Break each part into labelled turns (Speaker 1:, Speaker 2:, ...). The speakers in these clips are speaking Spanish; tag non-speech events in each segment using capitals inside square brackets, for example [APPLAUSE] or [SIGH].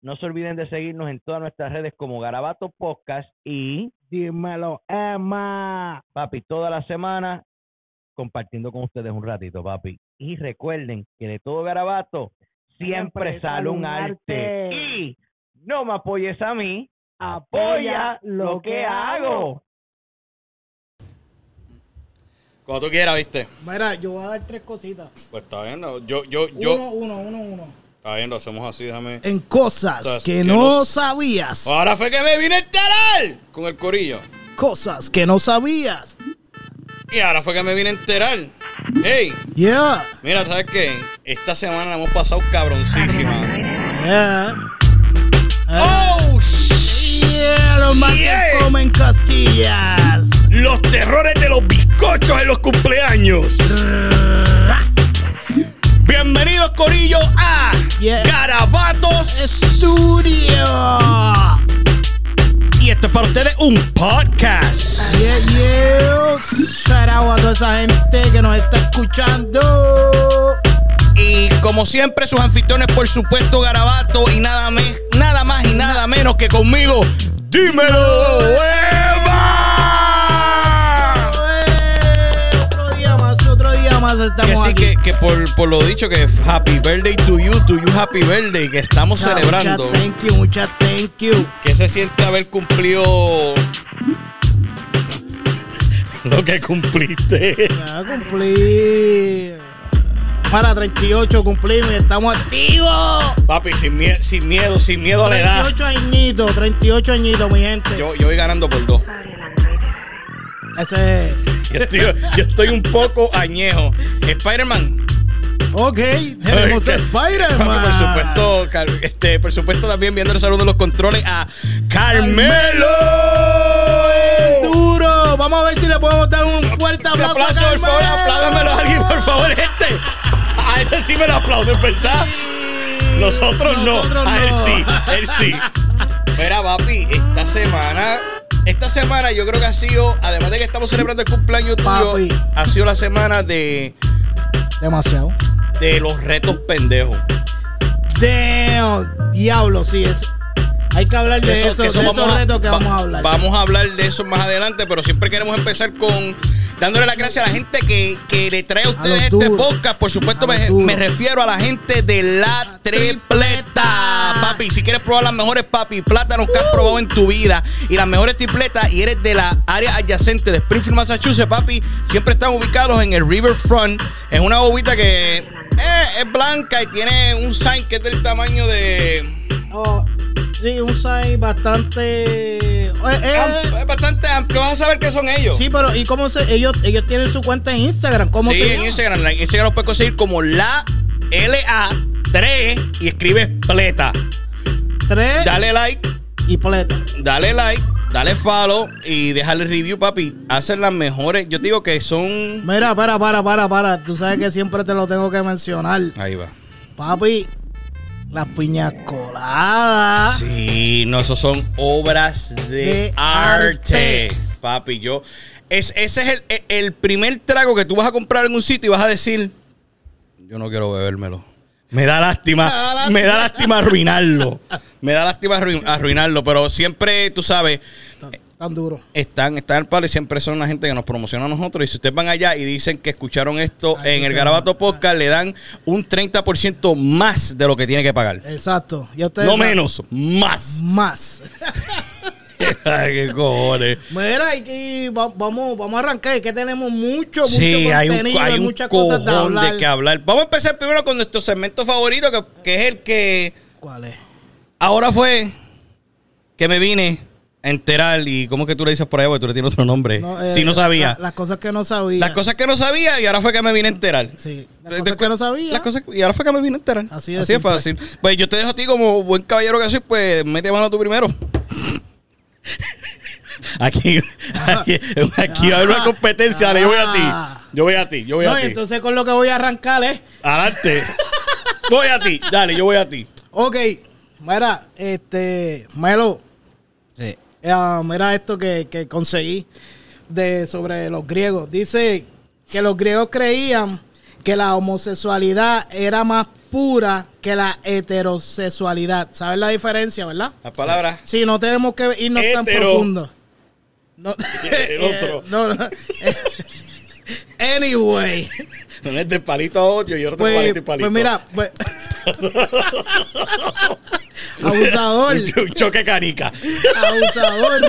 Speaker 1: no se olviden de seguirnos en todas nuestras redes como Garabato Podcast y,
Speaker 2: Dímelo, Emma.
Speaker 1: papi, toda la semana compartiendo con ustedes un ratito, papi. Y recuerden que de todo Garabato siempre,
Speaker 2: Siempre
Speaker 1: sale un arte.
Speaker 2: arte.
Speaker 1: Y no me apoyes a mí, apoya lo que hago.
Speaker 3: Cuando tú quieras, ¿viste?
Speaker 4: Mira, yo voy a dar tres cositas.
Speaker 3: Pues está bien, no, yo, yo, yo.
Speaker 4: Uno, uno, uno, uno.
Speaker 3: Está bien, lo hacemos así, déjame.
Speaker 4: En cosas
Speaker 3: Cosas
Speaker 4: que,
Speaker 3: que
Speaker 4: no,
Speaker 3: no- Ah.
Speaker 4: sabías.
Speaker 3: Ahora fue que me vine a enterar con el corillo.
Speaker 4: Cosas que no sabías.
Speaker 3: Y ahora fue que me vine a enterar. Ey,
Speaker 4: Yeah.
Speaker 3: mira, ¿sabes qué? Esta semana la hemos pasado cabroncísima.
Speaker 4: Yeah.
Speaker 3: ¡Oh! sh-
Speaker 4: Yeah, los martes
Speaker 3: Yeah.
Speaker 4: comen costillas.
Speaker 3: Los terrores de los bizcochos en los cumpleaños. Bienvenidos, corillo, a
Speaker 4: Yeah.
Speaker 3: Garabatos.
Speaker 4: Estudio.
Speaker 3: Y esto es para ustedes un podcast.
Speaker 4: Yeah, yeah. Shout out a toda esa gente que nos está escuchando.
Speaker 3: Y como siempre, sus anfitriones, por supuesto, Garabato y nada, me- nada más y nada menos que conmigo. ¡Dímelo, Eva!
Speaker 4: Eh, Otro día más, otro día más
Speaker 3: Que
Speaker 4: estamos
Speaker 3: así
Speaker 4: aquí.
Speaker 3: que, que por, por lo dicho, que happy birthday to you, to you happy birthday, que estamos
Speaker 4: Muchas
Speaker 3: celebrando.
Speaker 4: thank you, muchas thank you.
Speaker 3: ¿Qué se siente haber cumplido lo que cumpliste?
Speaker 4: Ya cumplí. Para 38 cumplimos y estamos activos.
Speaker 3: Papi, sin, mie- sin miedo, sin miedo a la edad.
Speaker 4: 38 añitos, 38 añitos, mi gente.
Speaker 3: Yo, yo voy ganando por dos.
Speaker 4: Ese es.
Speaker 3: Yo estoy, yo estoy un poco añejo. Spider-Man,
Speaker 4: Ok, tenemos a
Speaker 3: Este,
Speaker 4: Spider-Man.
Speaker 3: [LAUGHS] Por supuesto, Car- este, por supuesto también viendo el saludo de los controles a Carmelo.
Speaker 4: Duro. Vamos a ver si le podemos dar un fuerte
Speaker 3: Un
Speaker 4: aplauso.
Speaker 3: aplauso,
Speaker 4: a
Speaker 3: por favor,
Speaker 4: Carmelo.
Speaker 3: apláudamelo a alguien, por favor, gente. A ese sí me lo aplauden, ¿verdad? Nosotros,
Speaker 4: Nosotros
Speaker 3: no. A él
Speaker 4: no.
Speaker 3: sí, él sí. Mira, papi, esta semana. Esta semana yo creo que ha sido, además de que estamos celebrando el cumpleaños tuyo,
Speaker 4: Papi.
Speaker 3: ha sido la semana de,
Speaker 4: Demasiado.
Speaker 3: de los retos pendejos.
Speaker 4: Damn. Diablo, sí, es. Hay que hablar de
Speaker 3: Eso-
Speaker 4: eso,
Speaker 3: que eso
Speaker 4: de esos
Speaker 3: vamos a-
Speaker 4: retos que
Speaker 3: va-
Speaker 4: vamos a hablar.
Speaker 3: Vamos a hablar de eso más adelante, pero siempre queremos empezar con dándole las gracias a la gente que, que le trae a ustedes
Speaker 4: lo
Speaker 3: este
Speaker 4: duro.
Speaker 3: podcast. Por supuesto,
Speaker 4: A lo
Speaker 3: me,
Speaker 4: duro.
Speaker 3: me refiero a la gente de la tripleta. Papi, si quieres probar las mejores papi plátanos que has
Speaker 4: Uh.
Speaker 3: probado en tu vida y las mejores tripletas y eres de la área adyacente de Springfield, Massachusetts, papi, siempre están ubicados en el Riverfront. Es una bobita que eh, es blanca y tiene un sign que es del tamaño de...
Speaker 4: Oh, sí, un sign bastante. eh, eh,
Speaker 3: Am- es bastante amplio. Vas a saber qué son ellos.
Speaker 4: sí, pero ¿y cómo se.? Ellos, ellos tienen su cuenta en Instagram. ¿Cómo
Speaker 3: Sí,
Speaker 4: se
Speaker 3: en
Speaker 4: llama?
Speaker 3: Instagram. En Instagram los puedes conseguir como la LA3 y escribes pleta.
Speaker 4: Tres
Speaker 3: Dale like,
Speaker 4: y pleta.
Speaker 3: dale like, dale follow y déjale review, papi. Hacen las mejores. Yo te digo que son.
Speaker 4: Mira, para, para, para, para. Tú sabes que siempre te lo tengo que mencionar.
Speaker 3: Ahí va.
Speaker 4: Papi, las piñas coladas.
Speaker 3: Sí, no, eso son obras de,
Speaker 4: Ah. De
Speaker 3: arte.
Speaker 4: artes.
Speaker 3: Papi, yo. Es, ese es el, el- el primer trago que tú vas a comprar en un sitio y vas a decir: Yo no quiero bebérmelo. Me da lástima, me da lástima arruinarlo. Me da lástima arruin- arruinarlo, pero siempre, tú sabes,
Speaker 4: Tan, tan duro.
Speaker 3: están, están al palo y siempre son la gente que nos promociona a nosotros. Y si ustedes van allá y dicen que escucharon esto
Speaker 4: Ahí
Speaker 3: en el
Speaker 4: se
Speaker 3: Garabato
Speaker 4: nota.
Speaker 3: Podcast, le dan un 30% más de lo que tiene que pagar.
Speaker 4: Exacto. Ya ustedes
Speaker 3: No
Speaker 4: saben,
Speaker 3: menos, más.
Speaker 4: Más.
Speaker 3: Ay, qué cojones.
Speaker 4: Mira, y, y va- vamos, vamos a arrancar. que tenemos [LAUGHS] mucho, mucho
Speaker 3: Sí, hay un,
Speaker 4: contenido,
Speaker 3: hay un
Speaker 4: muchas cosas de
Speaker 3: cojón
Speaker 4: hablar.
Speaker 3: de que hablar. Vamos a empezar primero con nuestro segmento favorito, que, que es el que
Speaker 4: ¿Cuál es?
Speaker 3: Ahora fue que me vine a enterar. ¿Y cómo es que tú le dices por ahí? Porque tú le tienes otro nombre.
Speaker 4: No, eh,
Speaker 3: si no sabía.
Speaker 4: la- las cosas que no sabía.
Speaker 3: las cosas que no sabía y ahora fue que me vine a enterar.
Speaker 4: Sí, las
Speaker 3: Te-
Speaker 4: cosas
Speaker 3: te-
Speaker 4: que no sabía.
Speaker 3: Las cosas, y ahora fue que me vine a enterar.
Speaker 4: Así
Speaker 3: Así
Speaker 4: de
Speaker 3: es, fácil. Pues yo te dejo a ti como buen caballero que soy, pues mete mano tú primero. [LAUGHS] Aquí, aquí, aquí va a haber una competencia. dale, yo voy a
Speaker 4: Ah.
Speaker 3: ti. Yo voy a ti. Yo voy
Speaker 4: No,
Speaker 3: a
Speaker 4: y
Speaker 3: ti.
Speaker 4: entonces con lo que voy a arrancar es. [LAUGHS]
Speaker 3: Adelante. voy a ti. Dale, yo voy a ti.
Speaker 4: Ok, mira, este. Melo,
Speaker 5: Sí.
Speaker 4: eh, mira esto que, que conseguí de, sobre los griegos. Dice que los griegos creían que la homosexualidad era más pura que la heterosexualidad. ¿Sabes la diferencia, verdad?
Speaker 3: Las palabras.
Speaker 4: Sí, no tenemos que irnos tan
Speaker 3: Hetero.
Speaker 4: profundo.
Speaker 3: [LAUGHS]
Speaker 4: No, eh,
Speaker 3: El
Speaker 4: [LAUGHS]
Speaker 3: otro.
Speaker 4: no, no. Anyway,
Speaker 3: No es de palito a otro y ahora te
Speaker 4: pues,
Speaker 3: palito y palito.
Speaker 4: pues mira, pues-
Speaker 3: [LAUGHS]
Speaker 4: abusador,
Speaker 3: Un, cho- [LAUGHS] un choque canica.
Speaker 4: abusador.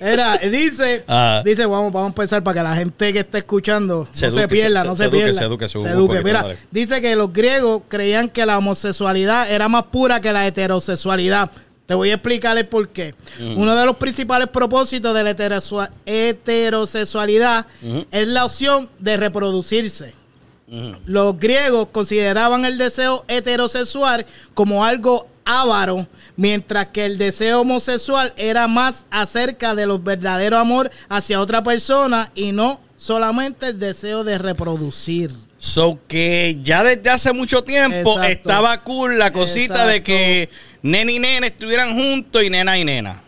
Speaker 4: Era, dice,
Speaker 3: Ah.
Speaker 4: dice, vamos, vamos a empezar para que la gente que está escuchando
Speaker 3: Se
Speaker 4: no se
Speaker 3: eduque,
Speaker 4: pierda,
Speaker 3: se-
Speaker 4: no
Speaker 3: se
Speaker 4: se,
Speaker 3: eduque,
Speaker 4: pierda.
Speaker 3: se eduque, se eduque, porque
Speaker 4: Mira,
Speaker 3: dale.
Speaker 4: dice que los griegos creían que la homosexualidad era más pura que la heterosexualidad. Te voy a explicar el por qué.
Speaker 3: Mm.
Speaker 4: Uno de los principales propósitos de la heterosua- heterosexualidad
Speaker 3: Mm.
Speaker 4: es la opción de reproducirse. Los griegos consideraban el deseo heterosexual como algo avaro, mientras que el deseo homosexual era más acerca de los verdadero amor hacia otra persona y no solamente el deseo de reproducir.
Speaker 3: So que ya desde hace mucho tiempo
Speaker 4: Exacto.
Speaker 3: estaba cool la cosita de
Speaker 4: Exacto.
Speaker 3: que nene y nena estuvieran juntos y nena y nena.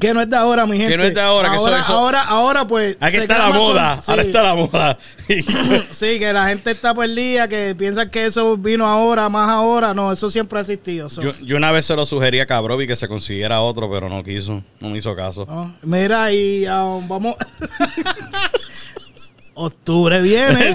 Speaker 4: Que no es de ahora, mi gente.
Speaker 3: no es de ahora, que eso-
Speaker 4: ahora,
Speaker 3: eso-
Speaker 4: ahora, ahora, pues.
Speaker 3: Aquí
Speaker 4: se
Speaker 3: está
Speaker 4: queda
Speaker 3: la
Speaker 4: más con-
Speaker 3: moda,
Speaker 4: sí.
Speaker 3: ahora
Speaker 4: [LAUGHS]
Speaker 3: está la
Speaker 4: [COUGHS]
Speaker 3: moda. [LAUGHS]
Speaker 4: Sí, que la gente está perdida, que piensan que eso vino ahora, más ahora. No, eso siempre ha existido. so.
Speaker 3: yo, yo una vez se lo sugerí a Cabrovi que se consiguiera otro, pero no quiso, no me hizo caso.
Speaker 4: Ah, mira, y um, vamos. [LAUGHS] octubre viene.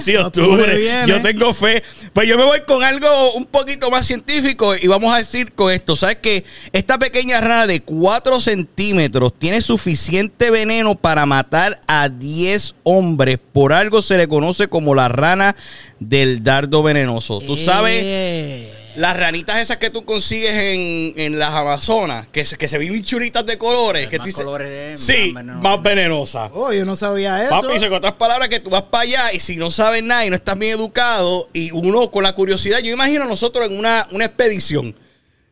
Speaker 3: [LAUGHS] Sí, octubre. Yo tengo fe. Pues yo me voy con algo un poquito más científico y vamos a decir con esto. ¿Sabes que Esta pequeña rana de 4 centímetros tiene suficiente veneno para matar a 10 hombres. Por algo se le conoce como la rana del dardo venenoso. Tú sabes,
Speaker 4: Eh,
Speaker 3: las ranitas esas que tú consigues en, en las Amazonas, que, se- que se ven bien chulitas de colores. Que
Speaker 5: más
Speaker 3: tú dices-
Speaker 5: colores,
Speaker 3: sí,
Speaker 5: más veneno-
Speaker 3: más venenosas.
Speaker 4: Oh, yo no sabía eso.
Speaker 3: Papi, dice con otras palabras que tú vas para allá y si no sabes nada y no estás bien educado y uno con la curiosidad, yo imagino nosotros en una, una expedición.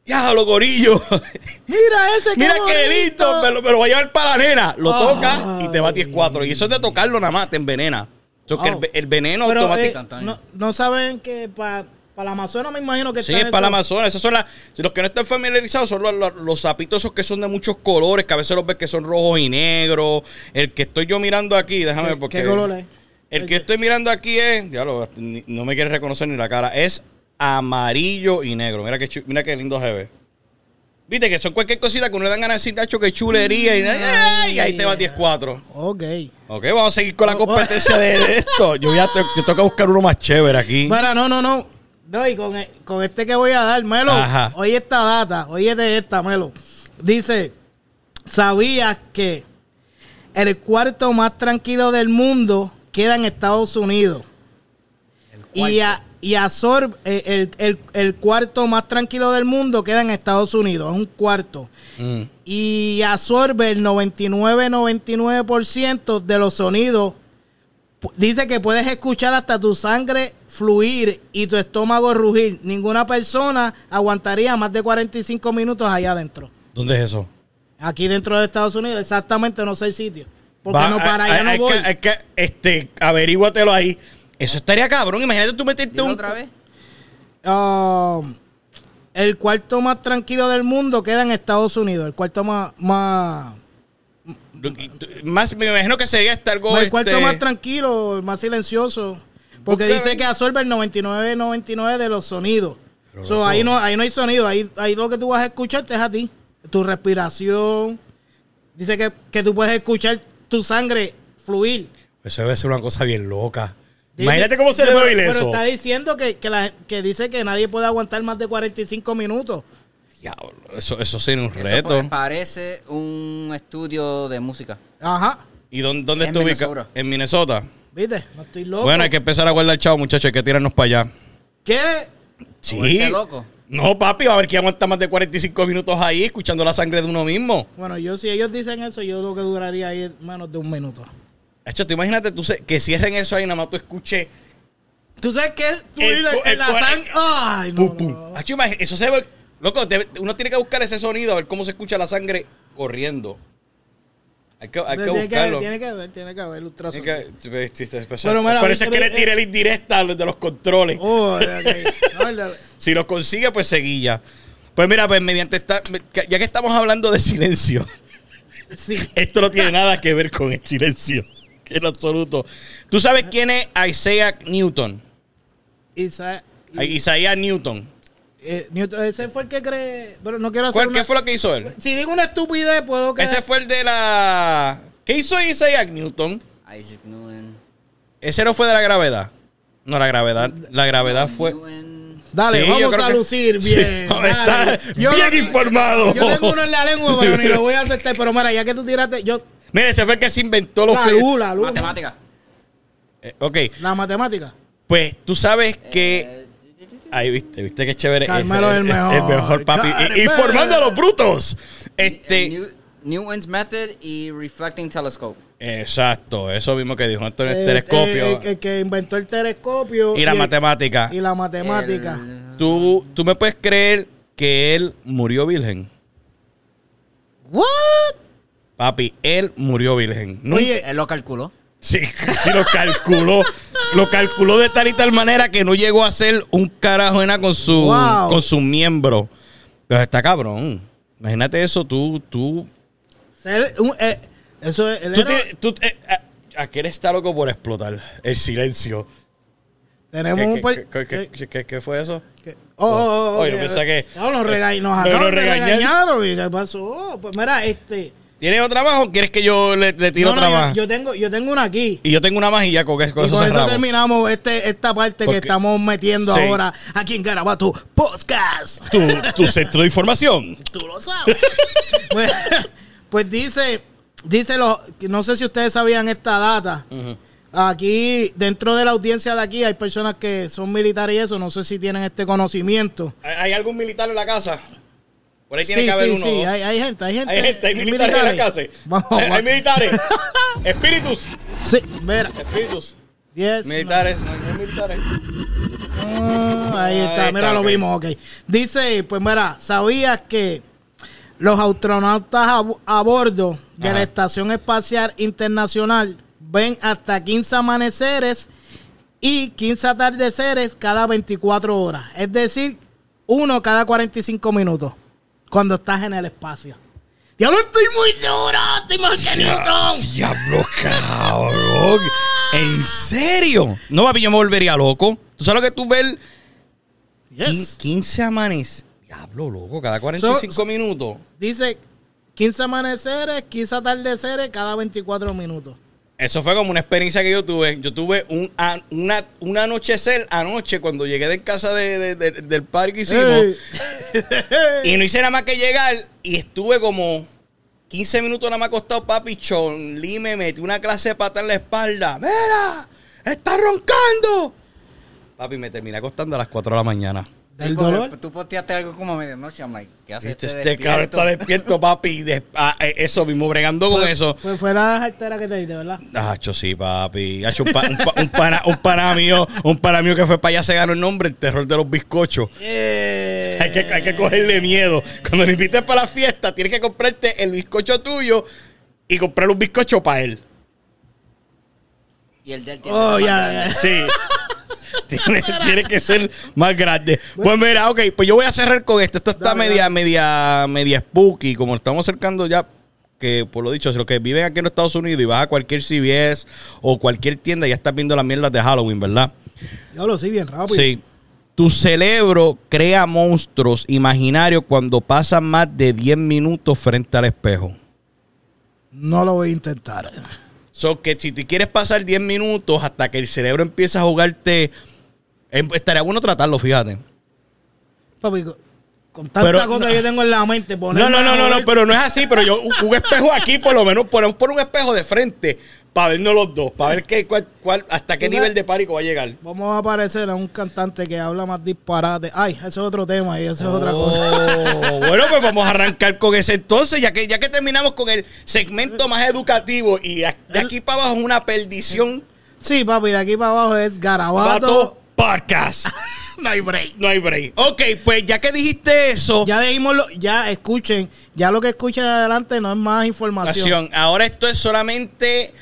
Speaker 3: Ya, los [LAUGHS] gorillos.
Speaker 4: Mira ese que
Speaker 3: Mira qué lindo, pero, pero va a llevar para la nena. Lo
Speaker 4: Ay.
Speaker 3: toca y te va a 10-4. Y eso es de tocarlo nada más, te envenena. Eso es que el,
Speaker 4: Wow.
Speaker 3: ve- el veneno
Speaker 4: Pero, eh,
Speaker 3: automático.
Speaker 5: Instantáneo.
Speaker 4: no, no saben que para la Amazonas me imagino que
Speaker 3: Sí,
Speaker 4: está
Speaker 3: es para la
Speaker 4: eso.
Speaker 3: Amazonas. Esos son las- si los que no están familiarizados son los, los, los sapitos esos que son de muchos colores, que a veces los ves que son rojos y negros. El que estoy yo mirando aquí, déjame
Speaker 4: ¿Qué-
Speaker 3: porque.
Speaker 4: qué color es?
Speaker 3: El que estoy mirando aquí es, diablo, ni- no me quiere reconocer ni la cara, es amarillo y negro. Mira qué, chu- mira qué lindo se ve. Viste que son cualquier cosita que uno le dan ganas de decir, Nacho, que chulería. Y, ay, ahí te va 10-4.
Speaker 4: Ok.
Speaker 3: Ok, vamos a seguir con la competencia de de esto. Yo ya te- yo tengo que buscar uno más chévere aquí.
Speaker 4: Mira, no, no, no. No, y con, e- con este que voy a dar, Melo,
Speaker 3: Ajá.
Speaker 4: oye esta data, oye de esta, Melo. Dice, ¿sabías que el cuarto más tranquilo del mundo queda en Estados Unidos? Y, a- y absorbe, eh, el, el- el cuarto más tranquilo del mundo queda en Estados Unidos, es un cuarto.
Speaker 3: Mm.
Speaker 4: Y absorbe el 99-99% de los sonidos Pu- Dice que puedes escuchar hasta tu sangre fluir y tu estómago rugir. Ninguna persona aguantaría más de 45 minutos allá adentro.
Speaker 3: ¿Dónde es eso?
Speaker 4: Aquí dentro de Estados Unidos, exactamente no sé el sitio. Porque
Speaker 3: Va, eh,
Speaker 4: no para
Speaker 3: hay-
Speaker 4: allá no
Speaker 3: hay
Speaker 4: voy.
Speaker 3: que- hay que, este, averíguatelo ahí. Eso estaría cabrón. Imagínate tú meterte
Speaker 5: Dilo
Speaker 3: un.
Speaker 5: otra vez?
Speaker 4: Um, el cuarto más tranquilo del mundo queda en Estados Unidos. El cuarto más, más
Speaker 3: Más, me imagino que sería este algo.
Speaker 4: el cuarto
Speaker 3: este,
Speaker 4: más tranquilo, el más silencioso. Porque
Speaker 3: Búscalo
Speaker 4: dice
Speaker 3: ahí.
Speaker 4: que absorbe el 99.99 de los sonidos. So, ahí, no, ahí no hay sonido. Ahí, ahí lo que tú vas a escucharte es a ti. Tu respiración. Dice que, que tú puedes escuchar tu sangre fluir.
Speaker 3: Eso debe ser una cosa bien loca.
Speaker 4: Dice-
Speaker 3: Imagínate cómo se
Speaker 4: pero-
Speaker 3: debe oír
Speaker 4: pero
Speaker 3: eso.
Speaker 4: está diciendo que, que, la- que dice que nadie puede aguantar más de 45 minutos.
Speaker 3: Diablo, eso, eso sería un
Speaker 5: Esto
Speaker 3: reto.
Speaker 5: pa- parece un estudio de música.
Speaker 4: Ajá.
Speaker 3: ¿Y dónde, dónde
Speaker 5: En
Speaker 3: está ubicado?
Speaker 5: Minnesota.
Speaker 3: En Minnesota.
Speaker 4: ¿Viste? No estoy loco.
Speaker 3: Bueno, hay que empezar a guardar chavo, muchachos. Hay que tirarnos para allá.
Speaker 4: ¿Qué?
Speaker 5: ¿Te volviste este loco?
Speaker 3: No, papi, va a haber que aguantar más de 45 minutos ahí escuchando la sangre de uno mismo.
Speaker 4: Bueno, yo si ellos dicen eso, yo lo que duraría ahí es menos de un minuto.
Speaker 3: Hacho, tú imagínate tú se- que cierren eso ahí, nada más tú escuches.
Speaker 4: ¿Tú sabes qué? Tú
Speaker 3: El
Speaker 4: y la,
Speaker 3: cu- el
Speaker 4: la
Speaker 3: cuare-
Speaker 4: sang- Ay, no,
Speaker 3: pum,
Speaker 4: no,
Speaker 3: pum.
Speaker 4: no.
Speaker 3: Hacho, imagi- eso se ve. Loco, te- uno tiene que buscar ese sonido, a ver cómo se escucha la sangre corriendo. Hay que, hay que
Speaker 4: Tiene que,
Speaker 3: buscarlo.
Speaker 4: haber, tiene que haber, tiene que haber ultrasonido.
Speaker 3: Tiene que- sí, sí, sí, sí.
Speaker 4: Pero mira,
Speaker 3: pues, Por eso es que
Speaker 4: Víctor,
Speaker 3: le tiré la indirecta a los de los controles.
Speaker 4: Oh, ok. No, la-
Speaker 3: Si los consigue, pues seguilla. Pues mira, pues mediante esta. Ya que estamos hablando de silencio. [LAUGHS]
Speaker 4: sí.
Speaker 3: Esto no tiene nada que ver con el silencio. [LAUGHS] En absoluto. ¿Tú sabes quién es Isaiah Newton?
Speaker 4: Isaac-
Speaker 3: Ay, Isaiah Newton.
Speaker 4: eh, Newton, ese fue el que cree. Pero no quiero hacer.
Speaker 3: ¿Cuál-
Speaker 4: Una,
Speaker 3: ¿Qué fue lo que hizo él?
Speaker 4: Si digo una estupidez, puedo que.
Speaker 3: Ese fue el de la. ¿Qué hizo Isaiah Newton?
Speaker 5: Isaac Newton.
Speaker 3: Ese no fue de la gravedad. No, la gravedad. La gravedad fue.
Speaker 5: Newton.
Speaker 4: Dale,
Speaker 3: Sí, yo
Speaker 4: vamos
Speaker 3: creo
Speaker 4: a
Speaker 3: que-
Speaker 4: lucir
Speaker 3: Sí,
Speaker 4: bien. dale.
Speaker 3: [LAUGHS] está
Speaker 4: Yo-
Speaker 3: bien informado.
Speaker 4: Yo tengo uno en
Speaker 3: [LAUGHS]
Speaker 4: la lengua, pero ni lo voy a aceptar. Pero mira, ya que tú tiraste, yo.
Speaker 3: Mira, ese fue el que se inventó los.
Speaker 4: La
Speaker 3: fe-
Speaker 4: luz, la luz.
Speaker 5: Matemática.
Speaker 3: Eh, ok.
Speaker 4: La matemática.
Speaker 3: Pues tú sabes que.
Speaker 5: Eh,
Speaker 3: Ahí viste, viste qué chévere.
Speaker 4: Carmelo
Speaker 3: Ese-
Speaker 4: es el
Speaker 3: ese-
Speaker 4: mejor.
Speaker 3: El mejor papi.
Speaker 4: Carmelo.
Speaker 3: Y- Informando a los brutos. Este.
Speaker 5: Eh, New- Newton's Method y Reflecting Telescope.
Speaker 3: Exacto, eso mismo que dijo Antonio, el
Speaker 4: Eh, eh,
Speaker 3: telescopio
Speaker 4: El, el que inventó el telescopio.
Speaker 3: y la
Speaker 4: el-
Speaker 3: matemática.
Speaker 4: Y la matemática.
Speaker 5: El-
Speaker 3: ¿Tú, tú me puedes creer que él murió virgen.
Speaker 4: ¿What?
Speaker 3: Papi, él murió virgen. Nunca-
Speaker 4: Oye,
Speaker 5: Él lo calculó.
Speaker 3: Sí, sí, lo calculó. lo calculó de tal y tal manera que no llegó a hacer un carajo en nada con su,
Speaker 4: Wow.
Speaker 3: con su miembro. Pero está cabrón. Imagínate eso, tú, tú.
Speaker 4: ser un- eh, eso es. él
Speaker 3: tú,
Speaker 4: era-
Speaker 3: tienes- tú eh, a- aquel está loco por explotar el silencio.
Speaker 4: tenemos un.
Speaker 3: ¿Qué,
Speaker 4: par-
Speaker 3: qué- qué- qué-
Speaker 4: que-
Speaker 3: qué- qué- qué fue eso?
Speaker 4: que- oh, oh, oh,
Speaker 3: Oye,
Speaker 4: que-
Speaker 3: yo pensé que- eh,
Speaker 4: No, nos rega- nos
Speaker 3: Nos
Speaker 4: acaban de
Speaker 3: regañaron.
Speaker 4: regañaron. ¿Y qué pasó? Pues mira, este.
Speaker 3: ¿Tienes otra más o quieres que yo le, le tire
Speaker 4: no, no,
Speaker 3: otra
Speaker 4: yo-
Speaker 3: más?
Speaker 4: yo, tengo, yo tengo una aquí.
Speaker 3: Y yo tengo una más y ya con, con
Speaker 4: Y
Speaker 3: eso
Speaker 4: con eso
Speaker 3: cerramos.
Speaker 4: terminamos este, esta parte
Speaker 3: Porque-
Speaker 4: que estamos metiendo
Speaker 3: Sí.
Speaker 4: ahora aquí en Garabato Podcast.
Speaker 3: tu, tu centro de información.
Speaker 4: Tú
Speaker 3: [LAUGHS]
Speaker 4: lo sabes. pues, pues dice, dice los, no sé si ustedes sabían esta data. Aquí, dentro de la audiencia de aquí, hay personas que son militares y eso, no sé si tienen este conocimiento.
Speaker 3: ¿Hay hay algún militar en la casa? Por ahí tiene
Speaker 4: Sí,
Speaker 3: que haber
Speaker 4: sí,
Speaker 3: uno.
Speaker 4: sí,
Speaker 3: ¿no?
Speaker 4: hay, hay gente, hay gente.
Speaker 3: Hay gente, hay militares, en la casa.
Speaker 4: Vamos,
Speaker 3: hay, hay [LAUGHS] militares. Espíritus.
Speaker 4: Sí, mira.
Speaker 3: Espíritus.
Speaker 4: Yes,
Speaker 3: Militares. No, hay militares.
Speaker 4: Ah, ahí está,
Speaker 3: Ahí
Speaker 4: mira,
Speaker 3: está,
Speaker 4: lo
Speaker 3: ok.
Speaker 4: vimos, ok. Dice, pues mira, ¿sabías que los astronautas a, bo- a bordo de
Speaker 3: Ajá.
Speaker 4: la Estación Espacial Internacional ven hasta 15 amaneceres y 15 atardeceres cada 24 horas? Es decir, uno cada 45 minutos cuando estás en el espacio. Diablo, estoy muy duro, estoy más que Newton.
Speaker 3: Diablo, cabrón. ¿En serio? No, papi, yo me volvería loco. ¿Tú sabes lo que tú ves?
Speaker 4: Yes.
Speaker 3: 15 amanes. Diablo, loco, cada 45 minutos.
Speaker 4: Dice 15 amaneceres, 15 atardeceres cada 24 minutos.
Speaker 3: Eso fue como una experiencia que yo tuve. Yo tuve un, a- una, un anochecer anoche cuando llegué de casa de- de- de- del parque hicimos.
Speaker 4: Ey.
Speaker 3: Y no hice nada más que llegar y estuve como 15 minutos nada más acostado, papi. Chonli me metió una clase de pata en la espalda. ¡Mira! ¡Está roncando! Papi, me terminé acostando a las 4 de la mañana.
Speaker 4: Del
Speaker 5: Porque
Speaker 4: dolor.
Speaker 5: Tú posteaste algo como a medianoche, I'm like, ¿qué haces?
Speaker 3: Este,
Speaker 5: este
Speaker 3: este cabrón
Speaker 5: despierto?
Speaker 3: está despierto, papi. de- ah, eh, eso mismo, bregando con eso.
Speaker 4: Fue, fue la jartera que te diste, ¿verdad?
Speaker 3: Hacho, sí, papi. Hacho, un, pa- un, pa- un pana, un pana mío, un pana mío que fue para allá se ganó el nombre, el terror de los bizcochos. Hay que, hay que cogerle miedo. Cuando lo invites para la fiesta, tienes que comprarte el bizcocho tuyo y comprar un bizcocho para él.
Speaker 5: Y el del tiempo.
Speaker 4: Oh, ya, ya. [LAUGHS]
Speaker 3: Sí. tiene, tiene que ser más grande. Pues mira, ok, pues yo voy a cerrar con esto. Esto está
Speaker 4: Dale,
Speaker 3: media, media, media spooky. Como nos estamos acercando ya, que por lo dicho, si los que viven aquí en los Estados Unidos y vas a cualquier CVS o cualquier tienda, ya estás viendo las mierdas de Halloween, ¿verdad?
Speaker 4: Yo lo sí bien rápido.
Speaker 3: Sí. Tu cerebro crea monstruos imaginarios cuando pasan más de 10 minutos frente al espejo.
Speaker 4: No lo voy a intentar.
Speaker 3: So que si tú quieres pasar 10 minutos hasta que el cerebro empieza a jugarte, em- estaría bueno tratarlo, fíjate.
Speaker 4: Papi, con- con tanta
Speaker 3: Pero
Speaker 4: cosa
Speaker 3: no-
Speaker 4: que yo tengo en la mente,
Speaker 3: No,
Speaker 4: ponerme
Speaker 3: no,
Speaker 4: a
Speaker 3: no, no, no,
Speaker 4: joder-
Speaker 3: pero no es así, pero yo un, un espejo aquí por lo menos ponemos por un espejo de frente Para vernos los dos, para ver qué, cuál, cuál, hasta qué
Speaker 4: Una-
Speaker 3: nivel de pánico va a llegar.
Speaker 4: Vamos a aparecer a un cantante que habla más disparate. Ay, eso es otro tema y eso es otra cosa.
Speaker 3: Oh, [LAUGHS] bueno, pues vamos a arrancar con ese entonces, ya que, ya que terminamos con el segmento más educativo y a- de aquí para abajo es una perdición.
Speaker 4: Sí, papi, de aquí para abajo es
Speaker 3: Pato
Speaker 4: garabato. [LAUGHS]
Speaker 3: Podcast. no hay break. No hay break. Ok, pues ya que dijiste eso,
Speaker 4: Ya dijimos, lo, ya escuchen, ya lo que escuchen adelante no es más información.
Speaker 3: acción, ahora esto es solamente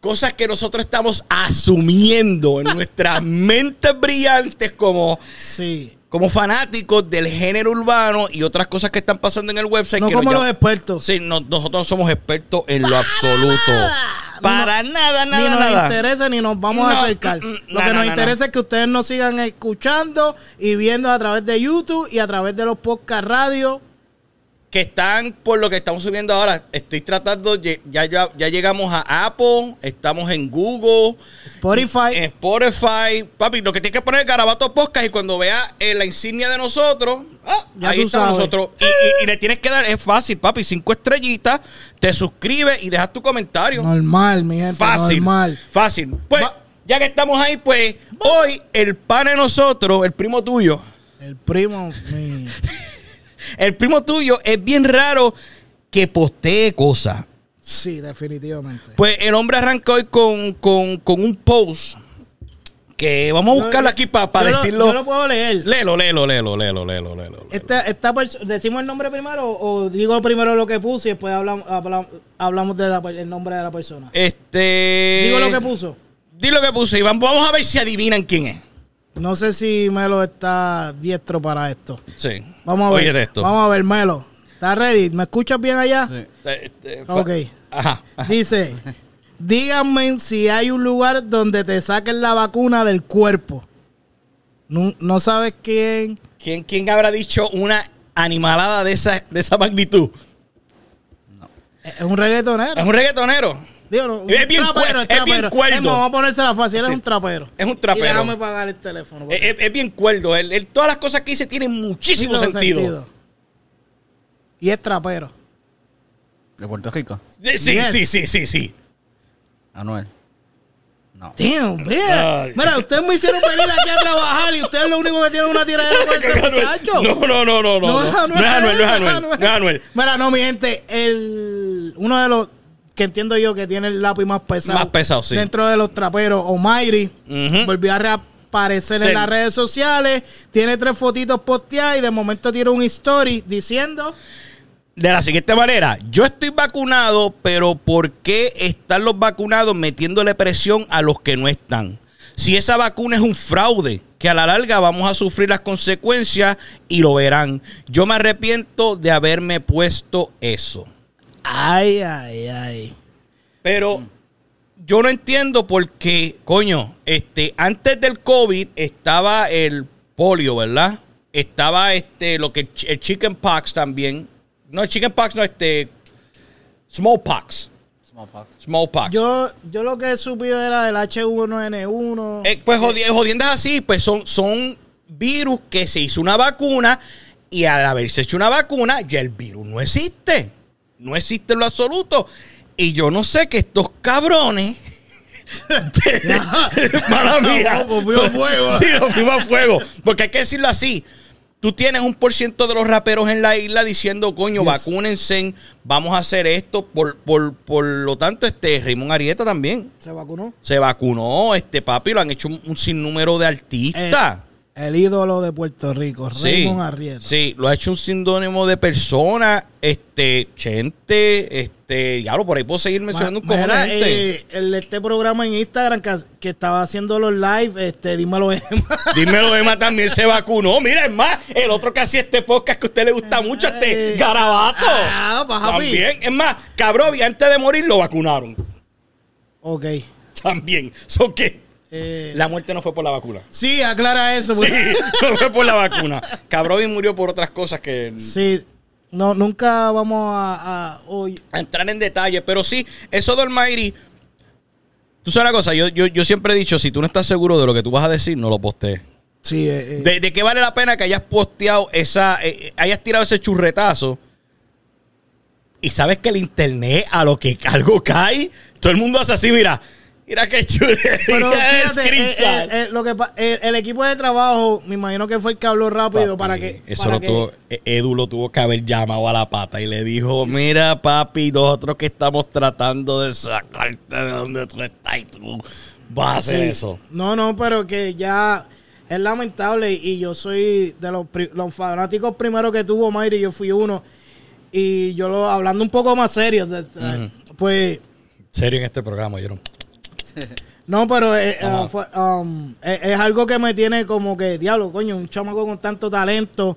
Speaker 3: cosas que nosotros estamos asumiendo en nuestras [LAUGHS] mentes brillantes como...
Speaker 4: Sí.
Speaker 3: Como fanáticos del género urbano y otras cosas que están pasando en el website.
Speaker 4: No
Speaker 3: que nos
Speaker 4: como los
Speaker 3: llaman-
Speaker 4: expertos.
Speaker 3: Sí, no- nosotros somos expertos en lo absoluto. Para nada,
Speaker 4: ni
Speaker 3: nada,
Speaker 4: nos
Speaker 3: nada.
Speaker 4: interesa ni nos vamos
Speaker 3: No,
Speaker 4: a acercar.
Speaker 3: mm, mm,
Speaker 4: lo
Speaker 3: no,
Speaker 4: que
Speaker 3: no, no,
Speaker 4: nos interesa
Speaker 3: no.
Speaker 4: es que ustedes nos sigan escuchando y viendo a través de YouTube y a través de los podcast radio.
Speaker 3: Que están por lo que estamos subiendo ahora. Estoy tratando, lle- ya, ya, ya llegamos a Apple, estamos en Google,
Speaker 4: Spotify.
Speaker 3: en Spotify. Papi, lo que tienes que poner es Garabato Podcast y cuando vea eh, la insignia de nosotros, ah,
Speaker 4: Ya
Speaker 3: ahí
Speaker 4: tú
Speaker 3: estamos
Speaker 4: sabes.
Speaker 3: nosotros. Y, y- y le tienes que dar, es fácil, papi, cinco estrellitas, te suscribes y dejas tu comentario.
Speaker 4: normal, mi gente.
Speaker 3: Fácil.
Speaker 4: Normal.
Speaker 3: Fácil. Pues,
Speaker 4: Va-
Speaker 3: ya que estamos ahí, pues, hoy el pan de nosotros, el primo tuyo,
Speaker 4: El primo. mi-
Speaker 3: el primo tuyo es bien raro que postee cosas.
Speaker 4: Sí, definitivamente.
Speaker 3: Pues el hombre arranca hoy con, con, con un post que vamos a buscarlo aquí para
Speaker 4: Yo lo-
Speaker 3: decirlo.
Speaker 4: yo lo puedo leer.
Speaker 3: Lelo, lelo, lelo, lelo, lelo, lelo.
Speaker 4: Esta, esta perso- ¿Decimos el nombre primero o digo primero lo que puse y después hablam- hablam- hablamos del nombre de la persona?
Speaker 3: Este.
Speaker 4: digo lo que puso.
Speaker 3: Di lo que puse, Iván. Vamos a ver si adivinan quién es.
Speaker 4: No sé si Melo está diestro para esto.
Speaker 3: Sí.
Speaker 4: Vamos a ver.
Speaker 3: Oye esto.
Speaker 4: Vamos a ver, Melo. ¿Estás ready? ¿Me escuchas bien allá?
Speaker 5: Sí.
Speaker 3: Este, este, fa-
Speaker 4: Ok.
Speaker 3: Ajá.
Speaker 4: Dice, díganme si hay un lugar donde te saquen la vacuna del cuerpo. No, no sabes quién.
Speaker 3: ¿Quién, quién habrá dicho una animalada de esa, de esa magnitud?
Speaker 4: Es un reggaetonero.
Speaker 3: Es un reggaetonero.
Speaker 4: Digo, no, un
Speaker 3: Es bien cuer- es bien cuerdo.
Speaker 4: Es más, vamos a ponérsela fácil. Él
Speaker 3: Sí.
Speaker 4: es un trapero.
Speaker 3: Es un trapero.
Speaker 4: Y déjame pagar el teléfono.
Speaker 3: Es, es- es bien cuerdo. Él, él- todas las cosas que dice tienen muchísimo
Speaker 4: Tiene
Speaker 3: sentido.
Speaker 4: Y es trapero.
Speaker 5: De Puerto Rico.
Speaker 3: Eh, Sí,
Speaker 4: Yes.
Speaker 3: sí, sí, sí, sí.
Speaker 5: Anuel. No.
Speaker 4: Damn, man.
Speaker 3: Ay.
Speaker 4: Mira, ustedes me hicieron venir aquí a trabajar y ustedes lo único que tienen es
Speaker 3: [LAUGHS]
Speaker 4: una tiradera con ese muchacho.
Speaker 3: No, no, no, no, no. No es Anuel, no es Anuel. No es Anuel.
Speaker 4: Mira, no, mi gente, el, uno de los que entiendo yo que tiene el lápiz más pesado.
Speaker 3: Más pesado, sí.
Speaker 4: Dentro de los traperos, Omairi,
Speaker 3: Ujú.
Speaker 4: volvió a reaparecer
Speaker 3: Sí.
Speaker 4: en las redes sociales. Tiene tres fotitos posteadas y de momento tira un story diciendo...
Speaker 3: De la siguiente manera, yo estoy vacunado, pero ¿por qué están los vacunados metiéndole presión a los que no están? Si esa vacuna es un fraude, que a la larga vamos a sufrir las consecuencias y lo verán. Yo me arrepiento de haberme puesto eso.
Speaker 4: Ay, ay, ay.
Speaker 3: Pero yo no entiendo por qué, coño, este, antes del COVID estaba el polio, ¿verdad? Estaba este, lo que el chi- el chicken pox también. No, el chicken pox no, este, smallpox.
Speaker 5: Smallpox.
Speaker 3: Smallpox.
Speaker 4: Yo, yo lo que he supido era del H1N1.
Speaker 3: Eh, pues jodi- jodiendas así, pues son, son virus que se hizo una vacuna y al haberse hecho una vacuna ya el virus no existe. No existe en lo absoluto. Y yo no sé que estos
Speaker 4: [LAUGHS]
Speaker 3: cabrones... Mala mía.
Speaker 4: Nos fuimos a fuego.
Speaker 3: Sí, nos fuimos a fuego. Porque hay que decirlo así. Tú tienes un por ciento de los raperos en la isla diciendo, coño,
Speaker 4: Yes.
Speaker 3: vacúnense, vamos a hacer esto. Por, por, por lo tanto, este Raymond Arieta también
Speaker 4: ¿Se vacunó?
Speaker 3: se vacunó, este papi, lo han hecho un, un sinnúmero de artistas.
Speaker 4: El ídolo de Puerto Rico,
Speaker 3: sí,
Speaker 4: Eh, Raymond Arrieta.
Speaker 3: sí, lo ha hecho un sinónimo de personas, este, gente, este, diablo, por ahí puedo seguir
Speaker 4: Ma-
Speaker 3: mencionando un
Speaker 4: mira,
Speaker 3: cojón de gente.
Speaker 4: eh, el- este programa en Instagram que, que estaba haciendo los live, este, dímelo, [LAUGHS] Emma.
Speaker 3: Dímelo, Emma también se vacunó. Mira, es más, el otro que hacía este podcast que a usted le gusta mucho, este
Speaker 4: Ay.
Speaker 3: garabato.
Speaker 4: Eh. Ah, papi.
Speaker 3: También, es más, cabrón, y antes de morir lo vacunaron.
Speaker 4: Ok.
Speaker 3: También. ¿Son qué?
Speaker 4: eh,
Speaker 3: La muerte no fue por la vacuna.
Speaker 4: sí, aclara eso. pues. [LAUGHS]
Speaker 3: Sí,
Speaker 4: porque-
Speaker 3: no fue por la vacuna. Cabrón murió por otras cosas que
Speaker 4: Sí. No, nunca vamos a... a- hoy-
Speaker 3: a entrar en detalle, pero sí, eso de Almighty. Tú sabes una cosa, yo, yo, yo siempre he dicho, si tú no estás seguro de lo que tú vas a decir, no lo postees.
Speaker 4: sí, eh, eh,
Speaker 3: ¿De, de qué vale la pena que hayas posteado esa, eh, eh, hayas tirado ese churretazo Y sabes que el internet, a lo que algo cae, todo el mundo hace así, mira. Mira qué chulería [LAUGHS]
Speaker 4: Pero
Speaker 3: de
Speaker 4: fíjate, eh,
Speaker 3: screenshot.
Speaker 4: eh, eh, lo que pa- el, el equipo de trabajo, me imagino que fue el que habló rápido para que.
Speaker 3: Papi, Eso
Speaker 4: para
Speaker 3: lo
Speaker 4: que-
Speaker 3: tuvo, E- Edu lo tuvo que haber llamado a la pata y le dijo: Mira, papi, nosotros que estamos tratando de sacarte de donde tú estás y tú vas a hacer
Speaker 4: Sí.
Speaker 3: eso.
Speaker 4: No, no, pero que ya es lamentable y yo soy de los, pri- los fanáticos primero que tuvo Mayri, yo fui uno. Y yo lo, hablando un poco más serio, de- pues,
Speaker 3: Serio en este programa, ¿oyeron?
Speaker 4: no, pero eh, eh,
Speaker 3: Ajá.
Speaker 4: fue, um, es, es algo que me tiene como que, diablo, coño, un chamaco con tanto talento,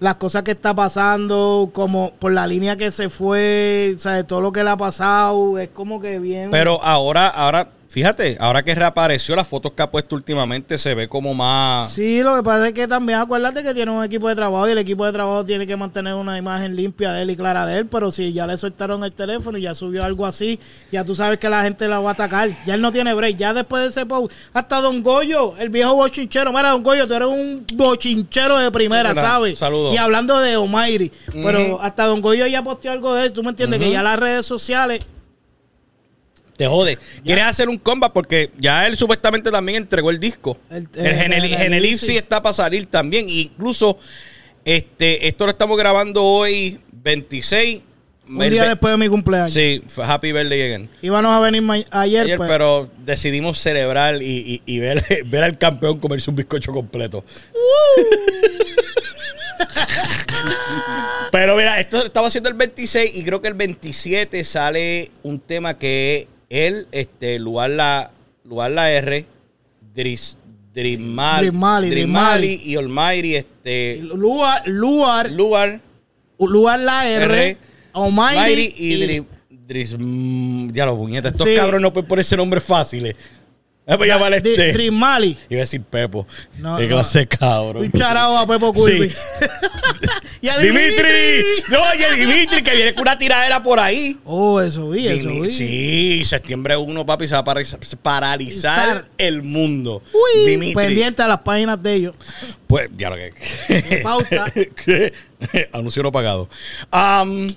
Speaker 4: las cosas que está pasando, como por la línea que se fue, ¿sabes? todo lo que le ha pasado, es como que bien...
Speaker 3: Pero ahora, ahora, fíjate, ahora que reapareció, las fotos que ha puesto últimamente se ve como más.
Speaker 4: Sí, lo que pasa es que también acuérdate que tiene un equipo de trabajo y el equipo de trabajo tiene que mantener una imagen limpia de él y clara de él, pero si ya le soltaron el teléfono y ya subió algo así, ya tú sabes que la gente la va a atacar. Ya él no tiene break, ya después de ese post, hasta Don Goyo, el viejo bochinchero, mira Don Goyo, tú eres un bochinchero de primera,
Speaker 3: Mira,
Speaker 4: ¿sabes?
Speaker 3: saludos.
Speaker 4: Y hablando de Omairi, pero hasta Don Goyo ya posteó algo de él, tú me entiendes, que ya las redes sociales
Speaker 3: Te jode. Quieres hacer un combat porque ya él supuestamente también entregó el disco.
Speaker 4: El- eh,
Speaker 3: El,
Speaker 4: el-
Speaker 3: Genel-
Speaker 4: el- el-
Speaker 3: Genelipsis está para salir también. E incluso, este, esto lo estamos grabando hoy, 26.
Speaker 4: un
Speaker 3: El
Speaker 4: día
Speaker 3: ve-
Speaker 4: después de mi cumpleaños.
Speaker 3: Sí, f- Happy Birthday again.
Speaker 4: Íbamos a venir ma- ayer,
Speaker 3: Ayer,
Speaker 4: pues.
Speaker 3: pero decidimos celebrar y, y- y ver, [LAUGHS] ver al campeón comerse un bizcocho completo. pero mira, esto estaba haciendo el 26 y creo que el 27 sale un tema que él, este, lugar la, lugar la R, Dris, Drismal,
Speaker 4: Drismali,
Speaker 3: Drismali y Almighty, este,
Speaker 4: Luar, Luar,
Speaker 3: Lugar,
Speaker 4: Lugar la R,
Speaker 3: R,
Speaker 4: Almighty
Speaker 3: Almighty y
Speaker 4: y-
Speaker 3: Dri- Dris, mm, ya los puñetas, estos
Speaker 4: Sí.
Speaker 3: cabros no pueden ponerse nombres fáciles. Eh, pues ya vale
Speaker 4: Di-
Speaker 3: este.
Speaker 4: Trimali.
Speaker 3: Iba a decir Pepo.
Speaker 4: No,
Speaker 3: Qué
Speaker 4: no.
Speaker 3: clase de cabrón.
Speaker 4: Un charao a Pepo Curvi.
Speaker 3: Sí.
Speaker 4: [LAUGHS] y a
Speaker 3: ¡Dimitri! No, oye, Dimitri, que viene con una tiradera por ahí.
Speaker 4: Oh, eso vi, eso
Speaker 3: Dimi-
Speaker 4: vi.
Speaker 3: Sí, septiembre 1, papi, se va a paraliza- paralizar
Speaker 4: Sar-
Speaker 3: el mundo.
Speaker 4: Uy,
Speaker 3: Dimitri.
Speaker 4: pendiente a las páginas de ellos.
Speaker 3: Pues, ya lo que.
Speaker 4: [LAUGHS] Pauta.
Speaker 3: ¿Qué? Anuncio no pagado. Am,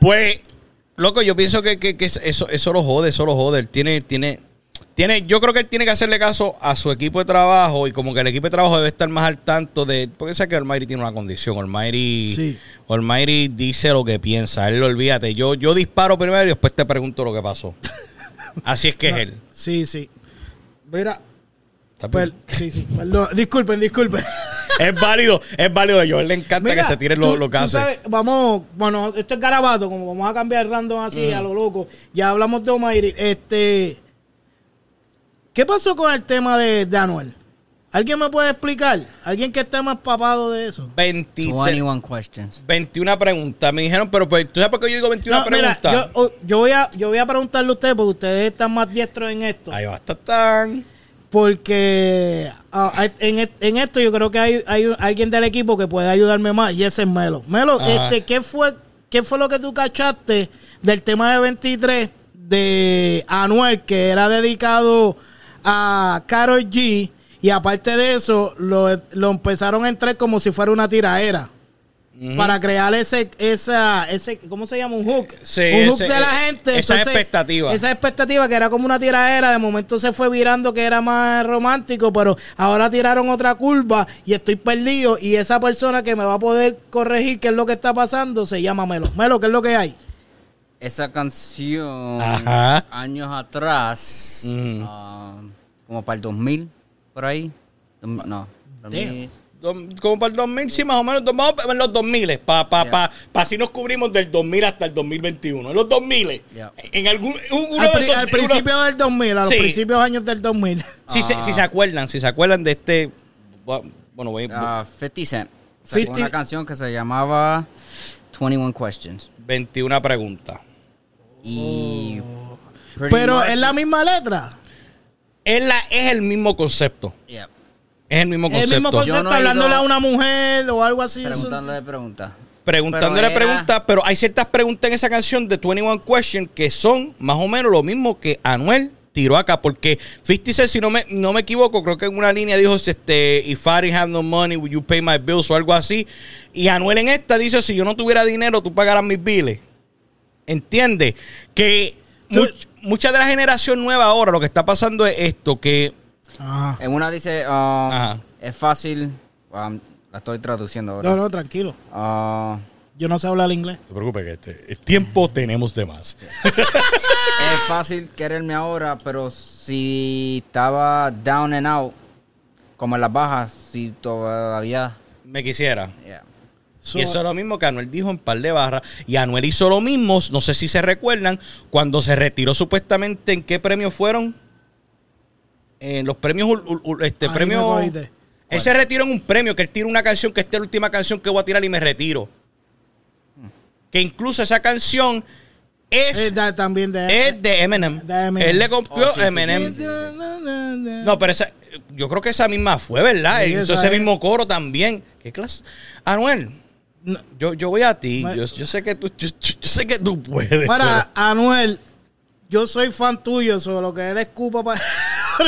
Speaker 3: pues, loco, yo pienso que, que- que eso, eso lo jode, eso lo jode. Él tiene, tiene, tiene, yo creo que él tiene que hacerle caso a su equipo de trabajo y como que el equipo de trabajo debe estar más al tanto de. Porque sé que Almighty tiene una condición. Almighty,
Speaker 4: Sí.
Speaker 3: Almighty dice lo que piensa. Él lo olvídate. Yo, yo disparo primero y después te pregunto lo que pasó. Así es que es él.
Speaker 4: Sí, sí. Mira,
Speaker 3: ¿Está
Speaker 4: per-
Speaker 3: bien?
Speaker 4: sí, sí, perdón. Disculpen, disculpen.
Speaker 3: Es válido, es válido. A Joel le encanta
Speaker 4: Mira,
Speaker 3: que se tiren los,
Speaker 4: tú-
Speaker 3: los
Speaker 4: tú
Speaker 3: gases.
Speaker 4: sabes, vamos, bueno, esto es garabato, como vamos a cambiar random así a
Speaker 3: Mm.
Speaker 4: lo loco. Ya hablamos de Omairi. Este, ¿qué pasó con el tema de, de Anuel? ¿Alguien me puede explicar? ¿Alguien que esté más papado de eso?
Speaker 3: 23,
Speaker 5: 21 questions.
Speaker 3: 21 preguntas. Me dijeron, pero pues, ¿tú sabes por qué yo digo 21
Speaker 4: No, mira,
Speaker 3: preguntas?
Speaker 4: yo, oh, yo voy a, yo voy a preguntarle a ustedes, porque ustedes están más diestros en esto.
Speaker 3: Ahí va, ta, tan.
Speaker 4: Porque ah, en, e- en esto yo creo que hay, hay un- alguien del equipo que puede ayudarme más y ese es Melo. Melo,
Speaker 3: Ajá.
Speaker 4: este, ¿qué, fue, ¿qué fue lo que tú cachaste del tema de 23 de Anuel que era dedicado a Karol G? Y aparte de eso, lo, lo empezaron a entrar como si fuera una tiraera. Para crear ese, esa, ese, ¿cómo se llama? Un hook.
Speaker 3: Sí,
Speaker 4: un hook
Speaker 3: ese- eh,
Speaker 4: de la gente.
Speaker 3: esa expectativa.
Speaker 4: Esa expectativa que era como una tiradera, de momento se fue virando que era más romántico, pero ahora tiraron otra curva y estoy perdido y esa persona que me va a poder corregir qué es lo que está pasando se llama Melo. Melo, ¿qué es lo que hay?
Speaker 5: Esa canción,
Speaker 3: Ajá. Mm.
Speaker 5: años atrás,
Speaker 3: Ujú.
Speaker 5: ah, como para el 2000, por ahí. Dom- No, 2000.
Speaker 3: Dom- Como para el 2000, sí, más o menos. Vamos en los 2000, para pa,
Speaker 5: Ya.
Speaker 3: pa, pa así nos cubrimos del 2000 hasta el 2021. En los 2000,
Speaker 5: Ya.
Speaker 3: en algún. un- uno
Speaker 4: Al,
Speaker 3: de
Speaker 4: pri-
Speaker 3: esos-
Speaker 4: al
Speaker 3: uno-
Speaker 4: principio Ah. del 2000, a los
Speaker 3: Sí.
Speaker 4: principios años del 2000.
Speaker 3: si, se, si se acuerdan, si se acuerdan de este. Bueno, voy,
Speaker 5: Ah, 50 Cent. Sacó
Speaker 4: 50
Speaker 5: una canción que se llamaba 21 Questions.
Speaker 3: 21 preguntas.
Speaker 5: Y.
Speaker 3: Oh.
Speaker 5: pretty
Speaker 4: Pero
Speaker 5: much-
Speaker 4: es la misma letra.
Speaker 3: Es, la- es el mismo concepto.
Speaker 5: Yeah.
Speaker 3: Es el mismo
Speaker 4: El
Speaker 3: concepto.
Speaker 4: mismo concepto,
Speaker 5: Yo no he ido-
Speaker 4: hablándole a una mujer o algo así. eso-
Speaker 5: Preguntándole preguntas.
Speaker 3: Preguntándole
Speaker 5: Pero era-
Speaker 3: preguntas, pero hay ciertas preguntas en esa canción de 21 Question que son más o menos lo mismo que Anuel tiró acá, porque 50 Cent, si no me, no me equivoco, creo que en una línea dijo, este, if I didn't have no money, would you pay my bills o algo así. Y Anuel en esta dice, si yo no tuviera dinero, tú pagarás mis biles. ¿Entiendes? Que much- mucha de la generación nueva ahora lo que está pasando es esto, que...
Speaker 4: Ah.
Speaker 5: En una dice, ah,
Speaker 3: Ajá.
Speaker 5: es fácil. ah, la estoy traduciendo ahora.
Speaker 4: No, no, tranquilo.
Speaker 5: Ah,
Speaker 4: Yo no sé hablar inglés.
Speaker 3: No te preocupes, que este, el tiempo tenemos de más.
Speaker 5: es fácil quererme ahora, pero si estaba down and out, como en las bajas, si todavía.
Speaker 3: Me quisiera.
Speaker 5: yeah.
Speaker 4: So-
Speaker 3: y eso es lo mismo que Anuel dijo en par de barras. Y Anuel hizo lo mismo, no sé si se recuerdan, cuando se retiró supuestamente, ¿en qué premios fueron? En los premios, ul- ul- ul- este
Speaker 4: Ahí
Speaker 3: premio...
Speaker 4: me cogiste.
Speaker 3: Él se retiró en un premio, que él tira una canción, que esta es la última canción que voy a tirar y me retiro. Que incluso esa canción es, [LAUGHS]
Speaker 4: Eh, da- también de...
Speaker 3: es de Eminem.
Speaker 4: de Eminem.
Speaker 3: Él le copió
Speaker 5: Oh, sí, sí,
Speaker 3: Eminem.
Speaker 5: sí, sí.
Speaker 3: No, pero esa, yo creo que esa misma fue, ¿verdad?
Speaker 4: Sí,
Speaker 3: Él hizo
Speaker 4: esa
Speaker 3: ese
Speaker 4: es.
Speaker 3: mismo coro también. ¿Qué clase? Anuel, no, yo, yo voy a ti.
Speaker 4: Ma-
Speaker 3: Yo, yo sé que tú, yo, yo- yo sé que tú puedes.
Speaker 4: Para Anuel, yo soy fan tuyo, sobre lo que él escupa [LAUGHS] para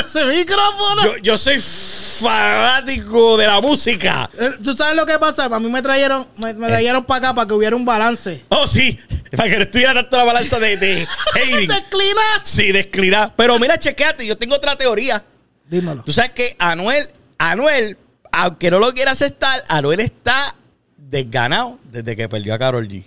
Speaker 4: ese micrófono.
Speaker 3: pero yo, yo soy fanático de la música.
Speaker 4: Eh, ¿Tú sabes lo que pasa? A mí me trajeron, me,
Speaker 3: Eh.
Speaker 4: me trajeron para acá para que hubiera un balance.
Speaker 3: Oh, sí. [LAUGHS] Para que no estuviera tanto la balanza de,
Speaker 4: [LAUGHS]
Speaker 3: de hating.
Speaker 4: ¡Declina!
Speaker 3: Sí, desclinar. Pero mira, chequeate, yo tengo otra teoría.
Speaker 4: Dímelo.
Speaker 3: Tú sabes que Anuel, Anuel, aunque no lo quiera aceptar, Anuel está desganado desde que perdió a Carol G.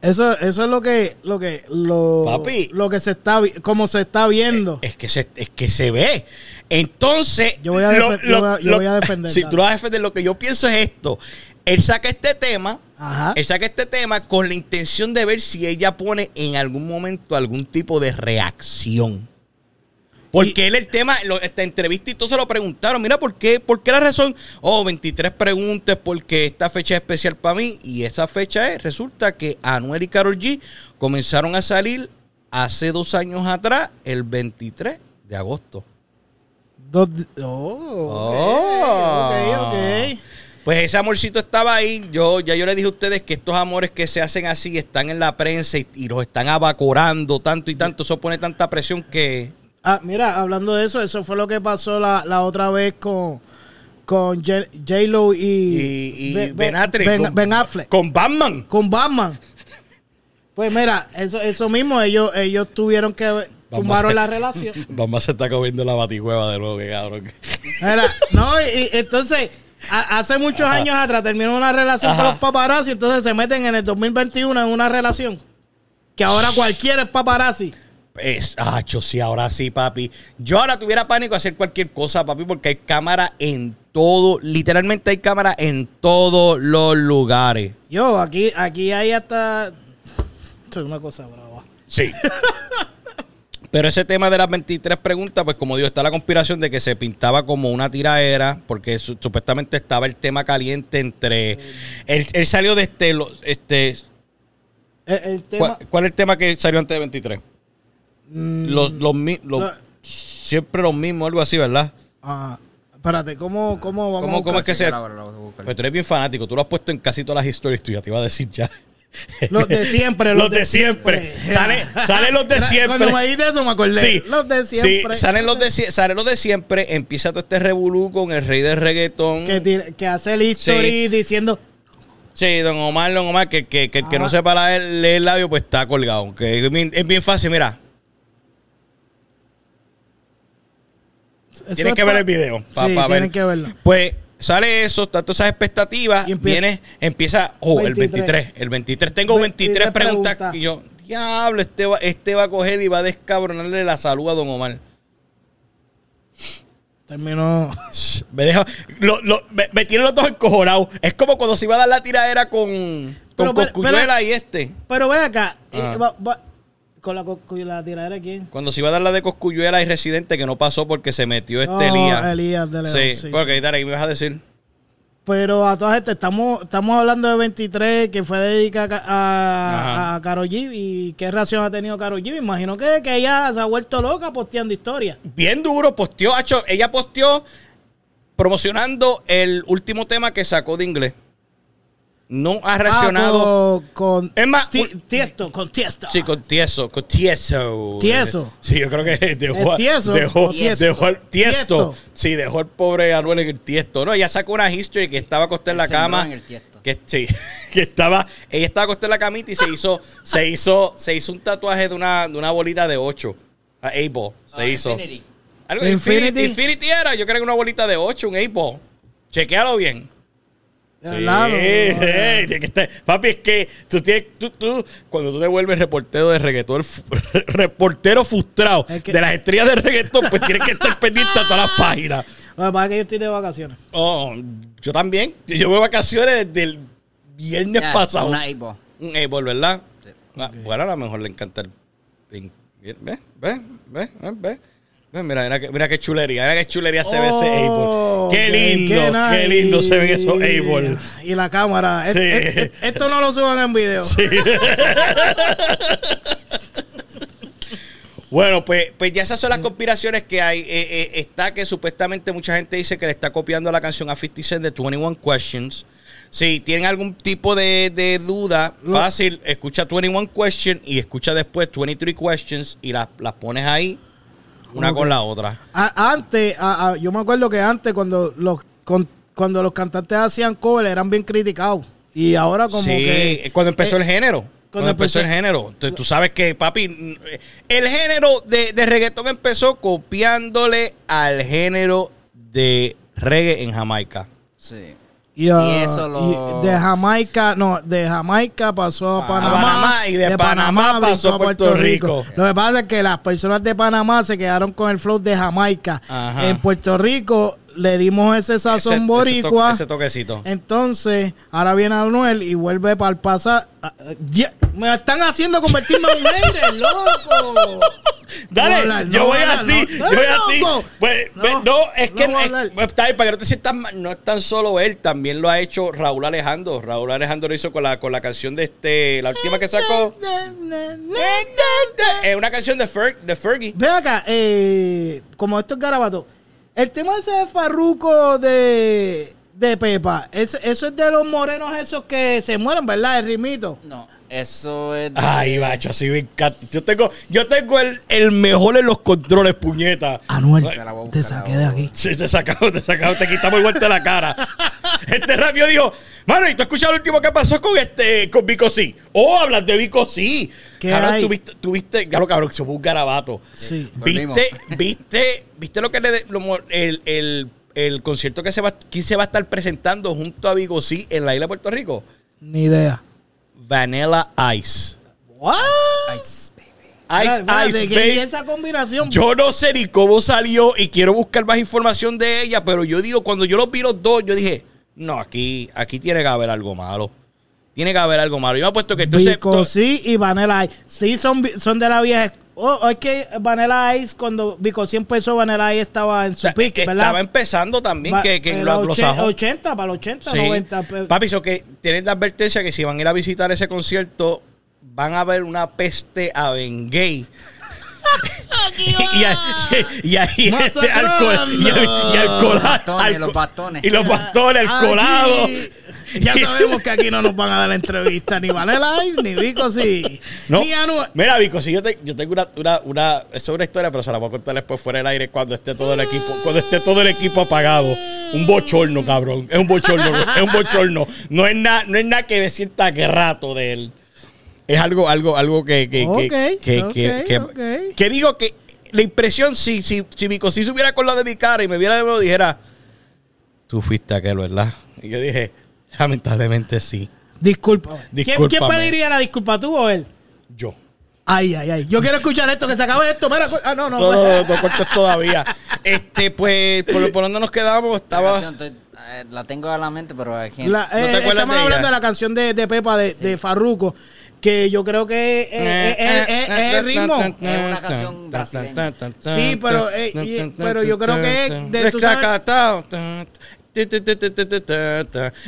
Speaker 4: Eso, eso es lo que, lo que, lo,
Speaker 3: Papi. Eh,
Speaker 4: lo que se está, vi- como se está viendo.
Speaker 3: Es que se, es que se ve. Entonces,
Speaker 4: Yo voy a defen- yo voy a- yo voy a defender,
Speaker 3: Si
Speaker 4: dale.
Speaker 3: tú lo vas a defender, lo que yo pienso es esto. Él saca este tema,
Speaker 4: Ajá.
Speaker 3: él saca este tema con la intención de ver si ella pone en algún momento algún tipo de reacción. Porque él el tema, lo- esta entrevista y todo se lo preguntaron, mira, ¿por qué, ¿por qué la razón? Oh, 23 preguntas, porque esta fecha es especial para mí. Y esa fecha es, resulta que Anuel y Karol G comenzaron a salir hace dos años atrás, el 23 de agosto.
Speaker 4: Dos, oh,
Speaker 3: Oh.
Speaker 4: ok, ok, ok.
Speaker 3: Pues ese amorcito estaba ahí. Yo ya yo le dije a ustedes que estos amores que se hacen así están en la prensa y, y los están abacorando tanto y tanto. Eso pone tanta presión que
Speaker 4: Ah, mira, hablando de eso, eso fue lo que pasó la, la otra vez con, con J- J-Lo y,
Speaker 3: y, y
Speaker 4: Be- Be-
Speaker 3: Ben Affleck
Speaker 4: Ben-
Speaker 3: con-
Speaker 4: Ben Affleck.
Speaker 3: con Batman.
Speaker 4: con Batman. Pues mira, eso, eso mismo, ellos, ellos tuvieron que tumbaron la relación.
Speaker 3: Batman se está comiendo la baticueva de nuevo, que cabrón.
Speaker 4: Mira, no, y, y entonces, a- hace muchos años atrás terminó una relación con
Speaker 3: Ajá.
Speaker 4: los paparazzi, entonces se meten en el 2021 en una relación. Que ahora cualquiera es paparazzi.
Speaker 3: Es, ah, yo sí, ahora sí, papi. Yo ahora tuviera pánico a hacer cualquier cosa, papi, porque hay cámara en todo, literalmente hay cámara en todos los lugares.
Speaker 4: Yo, aquí, aquí hay hasta. Esto es una cosa brava.
Speaker 3: Sí. [LAUGHS] Pero ese tema de las 23 preguntas, pues como digo, está la conspiración de que se pintaba como una tiraera, porque su- supuestamente estaba el tema caliente entre... Él, él salió de este... lo- este
Speaker 4: El, Eh, el tema.
Speaker 3: ¿cuál, cuál es el tema que salió antes de 23?
Speaker 4: mm,
Speaker 3: Los, los, mi- los-
Speaker 4: la-
Speaker 3: siempre los mismos, algo así, ¿verdad?
Speaker 4: ah, espérate, ¿cómo, cómo vamos
Speaker 3: ¿Cómo-
Speaker 4: a buscar?
Speaker 3: cómo es que se-
Speaker 5: Ahora lo voy a buscar.
Speaker 3: Pero tú eres bien fanático, tú lo has puesto en casi todas las historias tuyas, te iba a decir ya.
Speaker 4: Los de siempre, los, de siempre. [LAUGHS]
Speaker 3: Sale- salen los de
Speaker 4: Era-
Speaker 3: siempre.
Speaker 4: Cuando me dijiste eso me acordé.
Speaker 3: Sí,
Speaker 4: los de siempre.
Speaker 3: sí, salen los de, sie- salen los de siempre, empieza todo este revolú con el rey del reggaetón.
Speaker 4: que, tira- que hace el history
Speaker 3: Sí.
Speaker 4: diciendo
Speaker 3: Sí, don Omar, don Omar, que, que, que el que no
Speaker 4: Ah.
Speaker 3: sepa leer, leer el labio, pues está colgado. Que es, bien, es bien fácil, mira.
Speaker 4: eso
Speaker 3: Tienes
Speaker 4: es
Speaker 3: que ver
Speaker 4: pa-
Speaker 3: el video. pa-
Speaker 4: sí,
Speaker 3: pa ver.
Speaker 4: tienen que verlo
Speaker 3: Pues sale eso, está todas esas expectativas.
Speaker 4: Y empieza-
Speaker 3: viene, empieza, oh, el 23,
Speaker 4: 23.
Speaker 3: el 23. Tengo 23,
Speaker 4: 23
Speaker 3: preguntas.
Speaker 4: preguntas.
Speaker 3: Y yo, diablo, este va, este va a coger y va a descabronarle la salud a don Omar.
Speaker 4: terminó
Speaker 3: Me deja, lo- lo- me, me tiene los dos encojonados. Es como cuando se iba a dar la tiradera con, con
Speaker 4: Pero, pero,
Speaker 3: Cosculluela
Speaker 4: pero-
Speaker 3: y este.
Speaker 4: pero ve acá eh,
Speaker 3: Ah.
Speaker 4: va- va- con la, co- con la tiradera quién
Speaker 3: Cuando se iba a dar la de Cosculluela y Residente, que no pasó porque se metió este
Speaker 4: Oh,
Speaker 3: Elías.
Speaker 4: Elías de León,
Speaker 3: Sí,
Speaker 4: sí,
Speaker 3: ok,
Speaker 4: sí.
Speaker 3: dale, ¿qué me vas a decir?
Speaker 4: pero a todas estas estamos estamos hablando de 23 que fue dedicada
Speaker 3: Ajá.
Speaker 4: a, a Karol G y qué reacción ha tenido Karol G me imagino que, que ella se ha vuelto loca posteando historias
Speaker 3: Bien duro, posteó, hacho, ella posteó promocionando el último tema que sacó de inglés. No ha reaccionado.
Speaker 4: Ah, con, con
Speaker 3: es más,
Speaker 4: Ti-
Speaker 3: un-
Speaker 4: tiesto con tiesto
Speaker 3: sí, con tieso, con tieso.
Speaker 4: Tieso.
Speaker 3: Sí, yo creo que [LAUGHS] dejó,
Speaker 4: ¿Es tieso
Speaker 3: dejó,
Speaker 4: o tiesto?
Speaker 3: dejó el tiesto.
Speaker 4: Tiesto.
Speaker 3: Sí, dejó el pobre Anuel en el tiesto. No, ella sacó una history que estaba acostada en la
Speaker 5: Sembró
Speaker 3: cama.
Speaker 5: en el tiesto.
Speaker 3: que sí, [LAUGHS] que estaba, ella estaba acostada en la camita y se hizo, se hizo, se hizo un tatuaje de una, de una bolita de 8. A A-ball. Se
Speaker 5: Ah,
Speaker 3: hizo. Algo de Infinity. Infinity.
Speaker 4: Infinity.
Speaker 3: era, yo creo que una bolita de 8, un 8-ball. Chequealo bien.
Speaker 4: Ya
Speaker 3: Sí,
Speaker 4: hablamos,
Speaker 3: sí, [LAUGHS]
Speaker 4: ahora.
Speaker 3: tiene que estar- Papi, es que tú tienes, tú, tú- cuando tú te vuelves reportero de reggaetón, fu- [LAUGHS] reportero frustrado
Speaker 4: Es que-
Speaker 3: de las estrellas de reggaetón, pues tienes que estar pendiente a todas las páginas.
Speaker 4: Lo que pasa es que yo estoy de vacaciones.
Speaker 3: Oh, yo también. Yo voy de vacaciones desde el viernes
Speaker 5: Ya,
Speaker 3: pasado.
Speaker 5: Una Apple.
Speaker 3: Un A-Ball, ¿verdad? Ah, Bueno, a lo mejor le encanta el. el- Ve, ve, ve, ve, ve. Ve, Mira, mira, qué- mira qué chulería, mira qué chulería se ve ese
Speaker 4: Oh,
Speaker 3: A-Ball. Qué
Speaker 4: ok,
Speaker 3: lindo, qué,
Speaker 4: nice.
Speaker 3: lindo se ven esos A-Ball.
Speaker 4: Y la cámara. Es-
Speaker 3: Sí.
Speaker 4: es- es- esto no lo suban
Speaker 3: [LAUGHS]
Speaker 4: en video.
Speaker 3: Bueno, pues, pues ya esas son las conspiraciones que hay. Eh, eh, está que supuestamente mucha gente dice que le está copiando la canción a 50 Cent de 21 Questions. Si tienen algún tipo de, de duda, fácil, escucha 21 Questions y escucha después 23 Questions y las, las pones ahí, una
Speaker 4: Ok.
Speaker 3: con la otra.
Speaker 4: A- antes, a- a- yo me acuerdo que antes cuando los, con- cuando los cantantes hacían cover eran bien criticados. Y ahora como
Speaker 3: sí,
Speaker 4: que...
Speaker 3: eh, cuando empezó
Speaker 4: eh,
Speaker 3: el género. Cuando, empezó el género. Entonces, tú sabes que, papi, mm, eh, el género de, de reggaetón empezó copiándole al género de reggae en Jamaica.
Speaker 5: Sí.
Speaker 4: Y, ah,
Speaker 5: Y eso lo-
Speaker 4: y de Jamaica, no, de Jamaica pasó a
Speaker 5: A
Speaker 4: Panamá.
Speaker 3: Panamá, y de Panamá
Speaker 4: brincó
Speaker 3: pasó a Puerto Rico.
Speaker 4: Lo que pasa es que las personas de Panamá se quedaron con el flow de Jamaica.
Speaker 3: Ajá.
Speaker 4: En Puerto Rico le dimos ese sazón
Speaker 3: Ese- ese to-
Speaker 4: boricua.
Speaker 3: Ese, toquecito.
Speaker 4: Eh, Entonces, ahora viene Anuel y vuelve para el pasado. Ah, ah, ya- Me están haciendo convertirme en un
Speaker 5: [LAUGHS]
Speaker 4: hater, loco.
Speaker 3: Dale,
Speaker 4: No hablar,
Speaker 3: yo
Speaker 4: no
Speaker 3: voy a
Speaker 4: hablar,
Speaker 3: ti,
Speaker 4: no.
Speaker 3: yo voy a
Speaker 4: No,
Speaker 3: ti.
Speaker 4: loco.
Speaker 3: Pues,
Speaker 4: No,
Speaker 3: pues, No, es
Speaker 4: no
Speaker 3: que
Speaker 4: voy a
Speaker 3: es-
Speaker 4: hablar.
Speaker 3: pues, está bien, para que no te sientas mal, no es tan solo él, también lo ha hecho Raúl Alejandro. Raúl Alejandro lo hizo con la, con la canción de este, la última que sacó. Es una canción de, Fer- de Fergie.
Speaker 4: Ve acá, eh, como esto es garabato, el tema ese de Farruco de, de Pepa, es- eso es de los morenos esos que se mueren, ¿verdad? El rimito.
Speaker 5: No, eso es. de-
Speaker 3: Ay, macho, así me encanta. Yo tengo, yo tengo el, el mejor en los controles, puñeta.
Speaker 4: Anuel,
Speaker 5: Te la voy a
Speaker 4: te
Speaker 5: buscar
Speaker 4: saqué de
Speaker 5: ahora.
Speaker 4: aquí.
Speaker 3: Sí, te sacamos, te sacamos, te quitamos el guante de la cara. Este rápido dijo, mano, ¿y tú has escuchado lo último que pasó con este, con Vico C? Oh, hablas de Vico C.
Speaker 4: ¿Qué
Speaker 3: cabrón,
Speaker 4: hay?
Speaker 3: tuviste, tuviste, claro, cabrón, que somos un garabato.
Speaker 4: Sí.
Speaker 5: Volvimos.
Speaker 3: ¿Viste, viste, viste lo que le, de- lo mo- el, el, el concierto que se va, quién se va a estar presentando junto a Vico C en la isla de Puerto Rico?
Speaker 4: Ni idea.
Speaker 3: Vanilla Ice.
Speaker 4: ¿What?
Speaker 5: Ay, baby.
Speaker 4: Espérate,
Speaker 3: Ice,
Speaker 4: espérate,
Speaker 3: Ice,
Speaker 4: que-
Speaker 3: baby.
Speaker 4: y esa combinación?
Speaker 3: Yo no sé ni cómo salió y quiero buscar más información de ella, pero yo digo, cuando yo los vi los dos, yo dije, no, aquí, aquí tiene que haber algo malo. Tiene que haber algo malo. Yo me apuesto que entonces.
Speaker 4: Vico sí y Vanilla Ice. Sí, son, vi- son de la vieja. Oh, oh, es que Vanilla Ice, cuando Vico sí empezó, Vanilla Ice estaba en su
Speaker 3: ta-
Speaker 4: pique, ¿verdad?
Speaker 3: estaba empezando también
Speaker 4: Va-
Speaker 3: que, que
Speaker 4: en
Speaker 3: los,
Speaker 4: los
Speaker 3: los
Speaker 4: ochen-
Speaker 3: ajos-
Speaker 4: 80, para los 80,
Speaker 3: Sí.
Speaker 4: 90. pe-
Speaker 3: Papi, so que tienen la advertencia que si van a ir a visitar ese concierto, van a ver una peste a Bengay. [LAUGHS] y, a- y ahí este alcohol y, al- y alcohol-
Speaker 5: Bastones,
Speaker 3: alco-
Speaker 5: los bastones.
Speaker 3: y los bastones alcoholados
Speaker 4: Aquí- [LAUGHS] ya sabemos que aquí no nos van a dar entrevista ni Vanilla Ice, ni Vico sí.
Speaker 3: No.
Speaker 4: Ni Anuel.
Speaker 3: Mira, Vico, si yo, te- yo tengo una, una, una- eso es una historia, pero se la voy a contar después fuera del aire cuando esté todo el equipo, cuando esté todo el equipo apagado. Un bochorno, cabrón. Es un bochorno, es un bochorno. No es nada, no es nada que me sienta que rato de él. Es algo, algo, algo que, que, que-
Speaker 4: Ok,
Speaker 3: que, que-
Speaker 4: ok,
Speaker 3: que-
Speaker 4: ok.
Speaker 3: que digo que la impresión, si, si, si Vico si subiera con la de mi cara y me viera de nuevo, dijera, tú fuiste aquel, ¿verdad? Y yo dije, lamentablemente sí.
Speaker 4: Disculpa. ¿Quién, quién
Speaker 3: Discúlpame.
Speaker 4: pediría la disculpa, tú o él?
Speaker 3: Yo.
Speaker 4: Ay, ay, ay. Yo quiero escuchar esto, que se acabe esto. Mira, cu- ah, no, no.
Speaker 3: Todo,
Speaker 4: pues.
Speaker 3: todo corto es todavía. Este, pues, por, por dónde nos quedamos,
Speaker 5: Canción,
Speaker 3: estaba.
Speaker 5: estoy- eh, La tengo a la mente, pero aquí.
Speaker 4: La-
Speaker 3: ¿No te
Speaker 4: eh,
Speaker 3: acuerdas
Speaker 4: estamos
Speaker 3: de ella?
Speaker 4: hablando de la canción de, de Pepa de, de Farruko, que yo creo que es, es-
Speaker 3: Eh,
Speaker 4: es- es- es- es eh, el ritmo.
Speaker 5: Es una canción brasileña.
Speaker 4: Sí, pero, eh, y- pero yo creo que es de- tú sabes-
Speaker 3: Descacatao.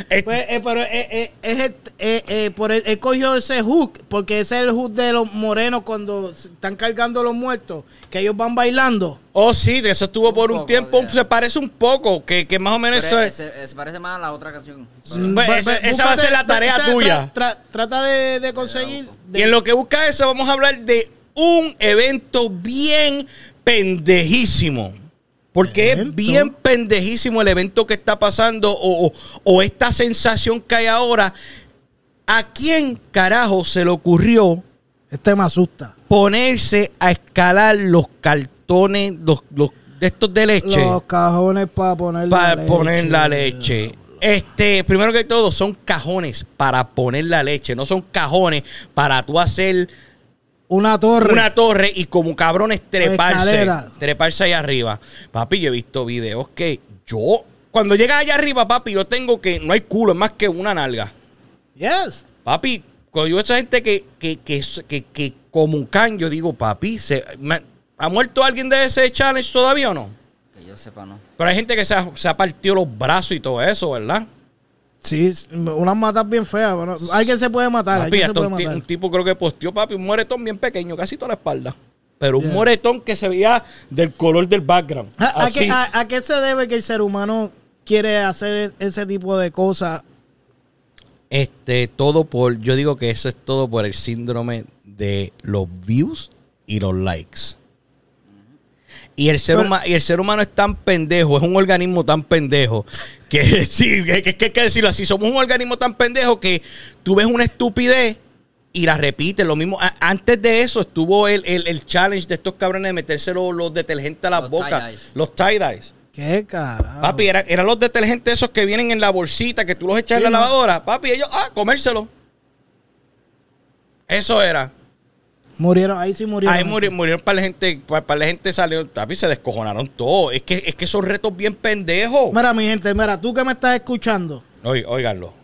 Speaker 3: Es-
Speaker 4: Pues, eh, pero eh, eh, es el- eh, eh, por el, él cogió ese hook, porque ese es el hook de los morenos cuando se están cargando los muertos, que ellos van bailando.
Speaker 3: Oh, sí, de eso estuvo por
Speaker 5: Un
Speaker 3: un
Speaker 5: poco,
Speaker 3: tiempo.
Speaker 5: ya.
Speaker 3: Se parece un poco, que, que más o menos eso
Speaker 5: Pero
Speaker 3: es.
Speaker 5: se, se parece más a la otra canción.
Speaker 3: Pues,
Speaker 4: Ve-
Speaker 3: esa-
Speaker 4: ve-
Speaker 3: esa va a ser la
Speaker 4: Mm, búscate- ve-
Speaker 3: tarea
Speaker 4: tra- tra-
Speaker 3: tuya.
Speaker 4: tra- trata de, de conseguir. de-
Speaker 3: Y en lo que busca eso, vamos a hablar de un evento bien pendejísimo. Porque es
Speaker 4: Evento.
Speaker 3: bien pendejísimo el evento que está pasando o, o- o esta sensación que hay ahora. ¿A quién carajo se le ocurrió
Speaker 4: Este me asusta.
Speaker 3: ponerse a escalar los cartones, los, los- de estos de leche?
Speaker 4: Los cajones para poner
Speaker 3: para
Speaker 4: la
Speaker 3: poner la leche. Este, primero que todo, son cajones para poner la leche, no son cajones para tú hacer
Speaker 4: Una torre.
Speaker 3: una torre y como cabrones treparse,
Speaker 4: escalera.
Speaker 3: treparse allá arriba. Papi, yo he visto videos que yo, cuando llegas allá arriba, papi, yo tengo que, no hay culo, es más que una nalga.
Speaker 4: Yes.
Speaker 3: Papi, cuando yo veo esa gente que, que, que, que, que como un can, yo digo, papi, se, ma- ¿ha muerto alguien de ese challenge todavía o no?
Speaker 5: Que yo sepa, no.
Speaker 3: Pero hay gente que se ha, se ha partido los brazos y todo eso, ¿verdad?
Speaker 4: Sí, s- unas matas bien feas. bueno, alguien se puede matar.
Speaker 3: Papi,
Speaker 4: alguien se
Speaker 3: hasta
Speaker 4: puede
Speaker 3: un, ti-
Speaker 4: matar.
Speaker 3: un tipo creo que posteó, papi, un moretón bien pequeño, casi toda la espalda. Pero un
Speaker 4: Yeah.
Speaker 3: moretón que se veía del color del background.
Speaker 4: Ah, ¿A, a
Speaker 3: así.
Speaker 4: qué, a- a qué se debe que el ser humano quiere hacer e- ese tipo de cosas?
Speaker 3: Este, todo por, yo digo que eso es todo por el síndrome de los views y los likes. Y el, ser
Speaker 4: Pero-
Speaker 3: huma- y el ser humano es tan pendejo, es un organismo tan pendejo, [LAUGHS] que sí, que, que- que hay que decirlo así, somos un organismo tan pendejo que tú ves una estupidez y la repites. Lo mismo, a- antes de eso estuvo el, el- el challenge de estos cabrones de meterse los, los detergentes a la
Speaker 5: Los
Speaker 3: boca,
Speaker 5: tie-dyes.
Speaker 3: los tie-dyes.
Speaker 4: ¿Qué carajo?
Speaker 3: Ah. Papi, eran, eran los detergentes esos que vienen en la bolsita, que tú los echas en la
Speaker 4: Sí, ma.
Speaker 3: lavadora. Papi, ellos, ah, comérselo. Eso era.
Speaker 4: Murieron, ahí sí murieron.
Speaker 3: Ahí muri- murieron para la gente, para, la gente salió, papi, se descojonaron todo. Es que, es que son retos bien pendejos.
Speaker 4: Mira, mi gente, mira, tú que me estás escuchando,
Speaker 3: Oí- Óiganlo.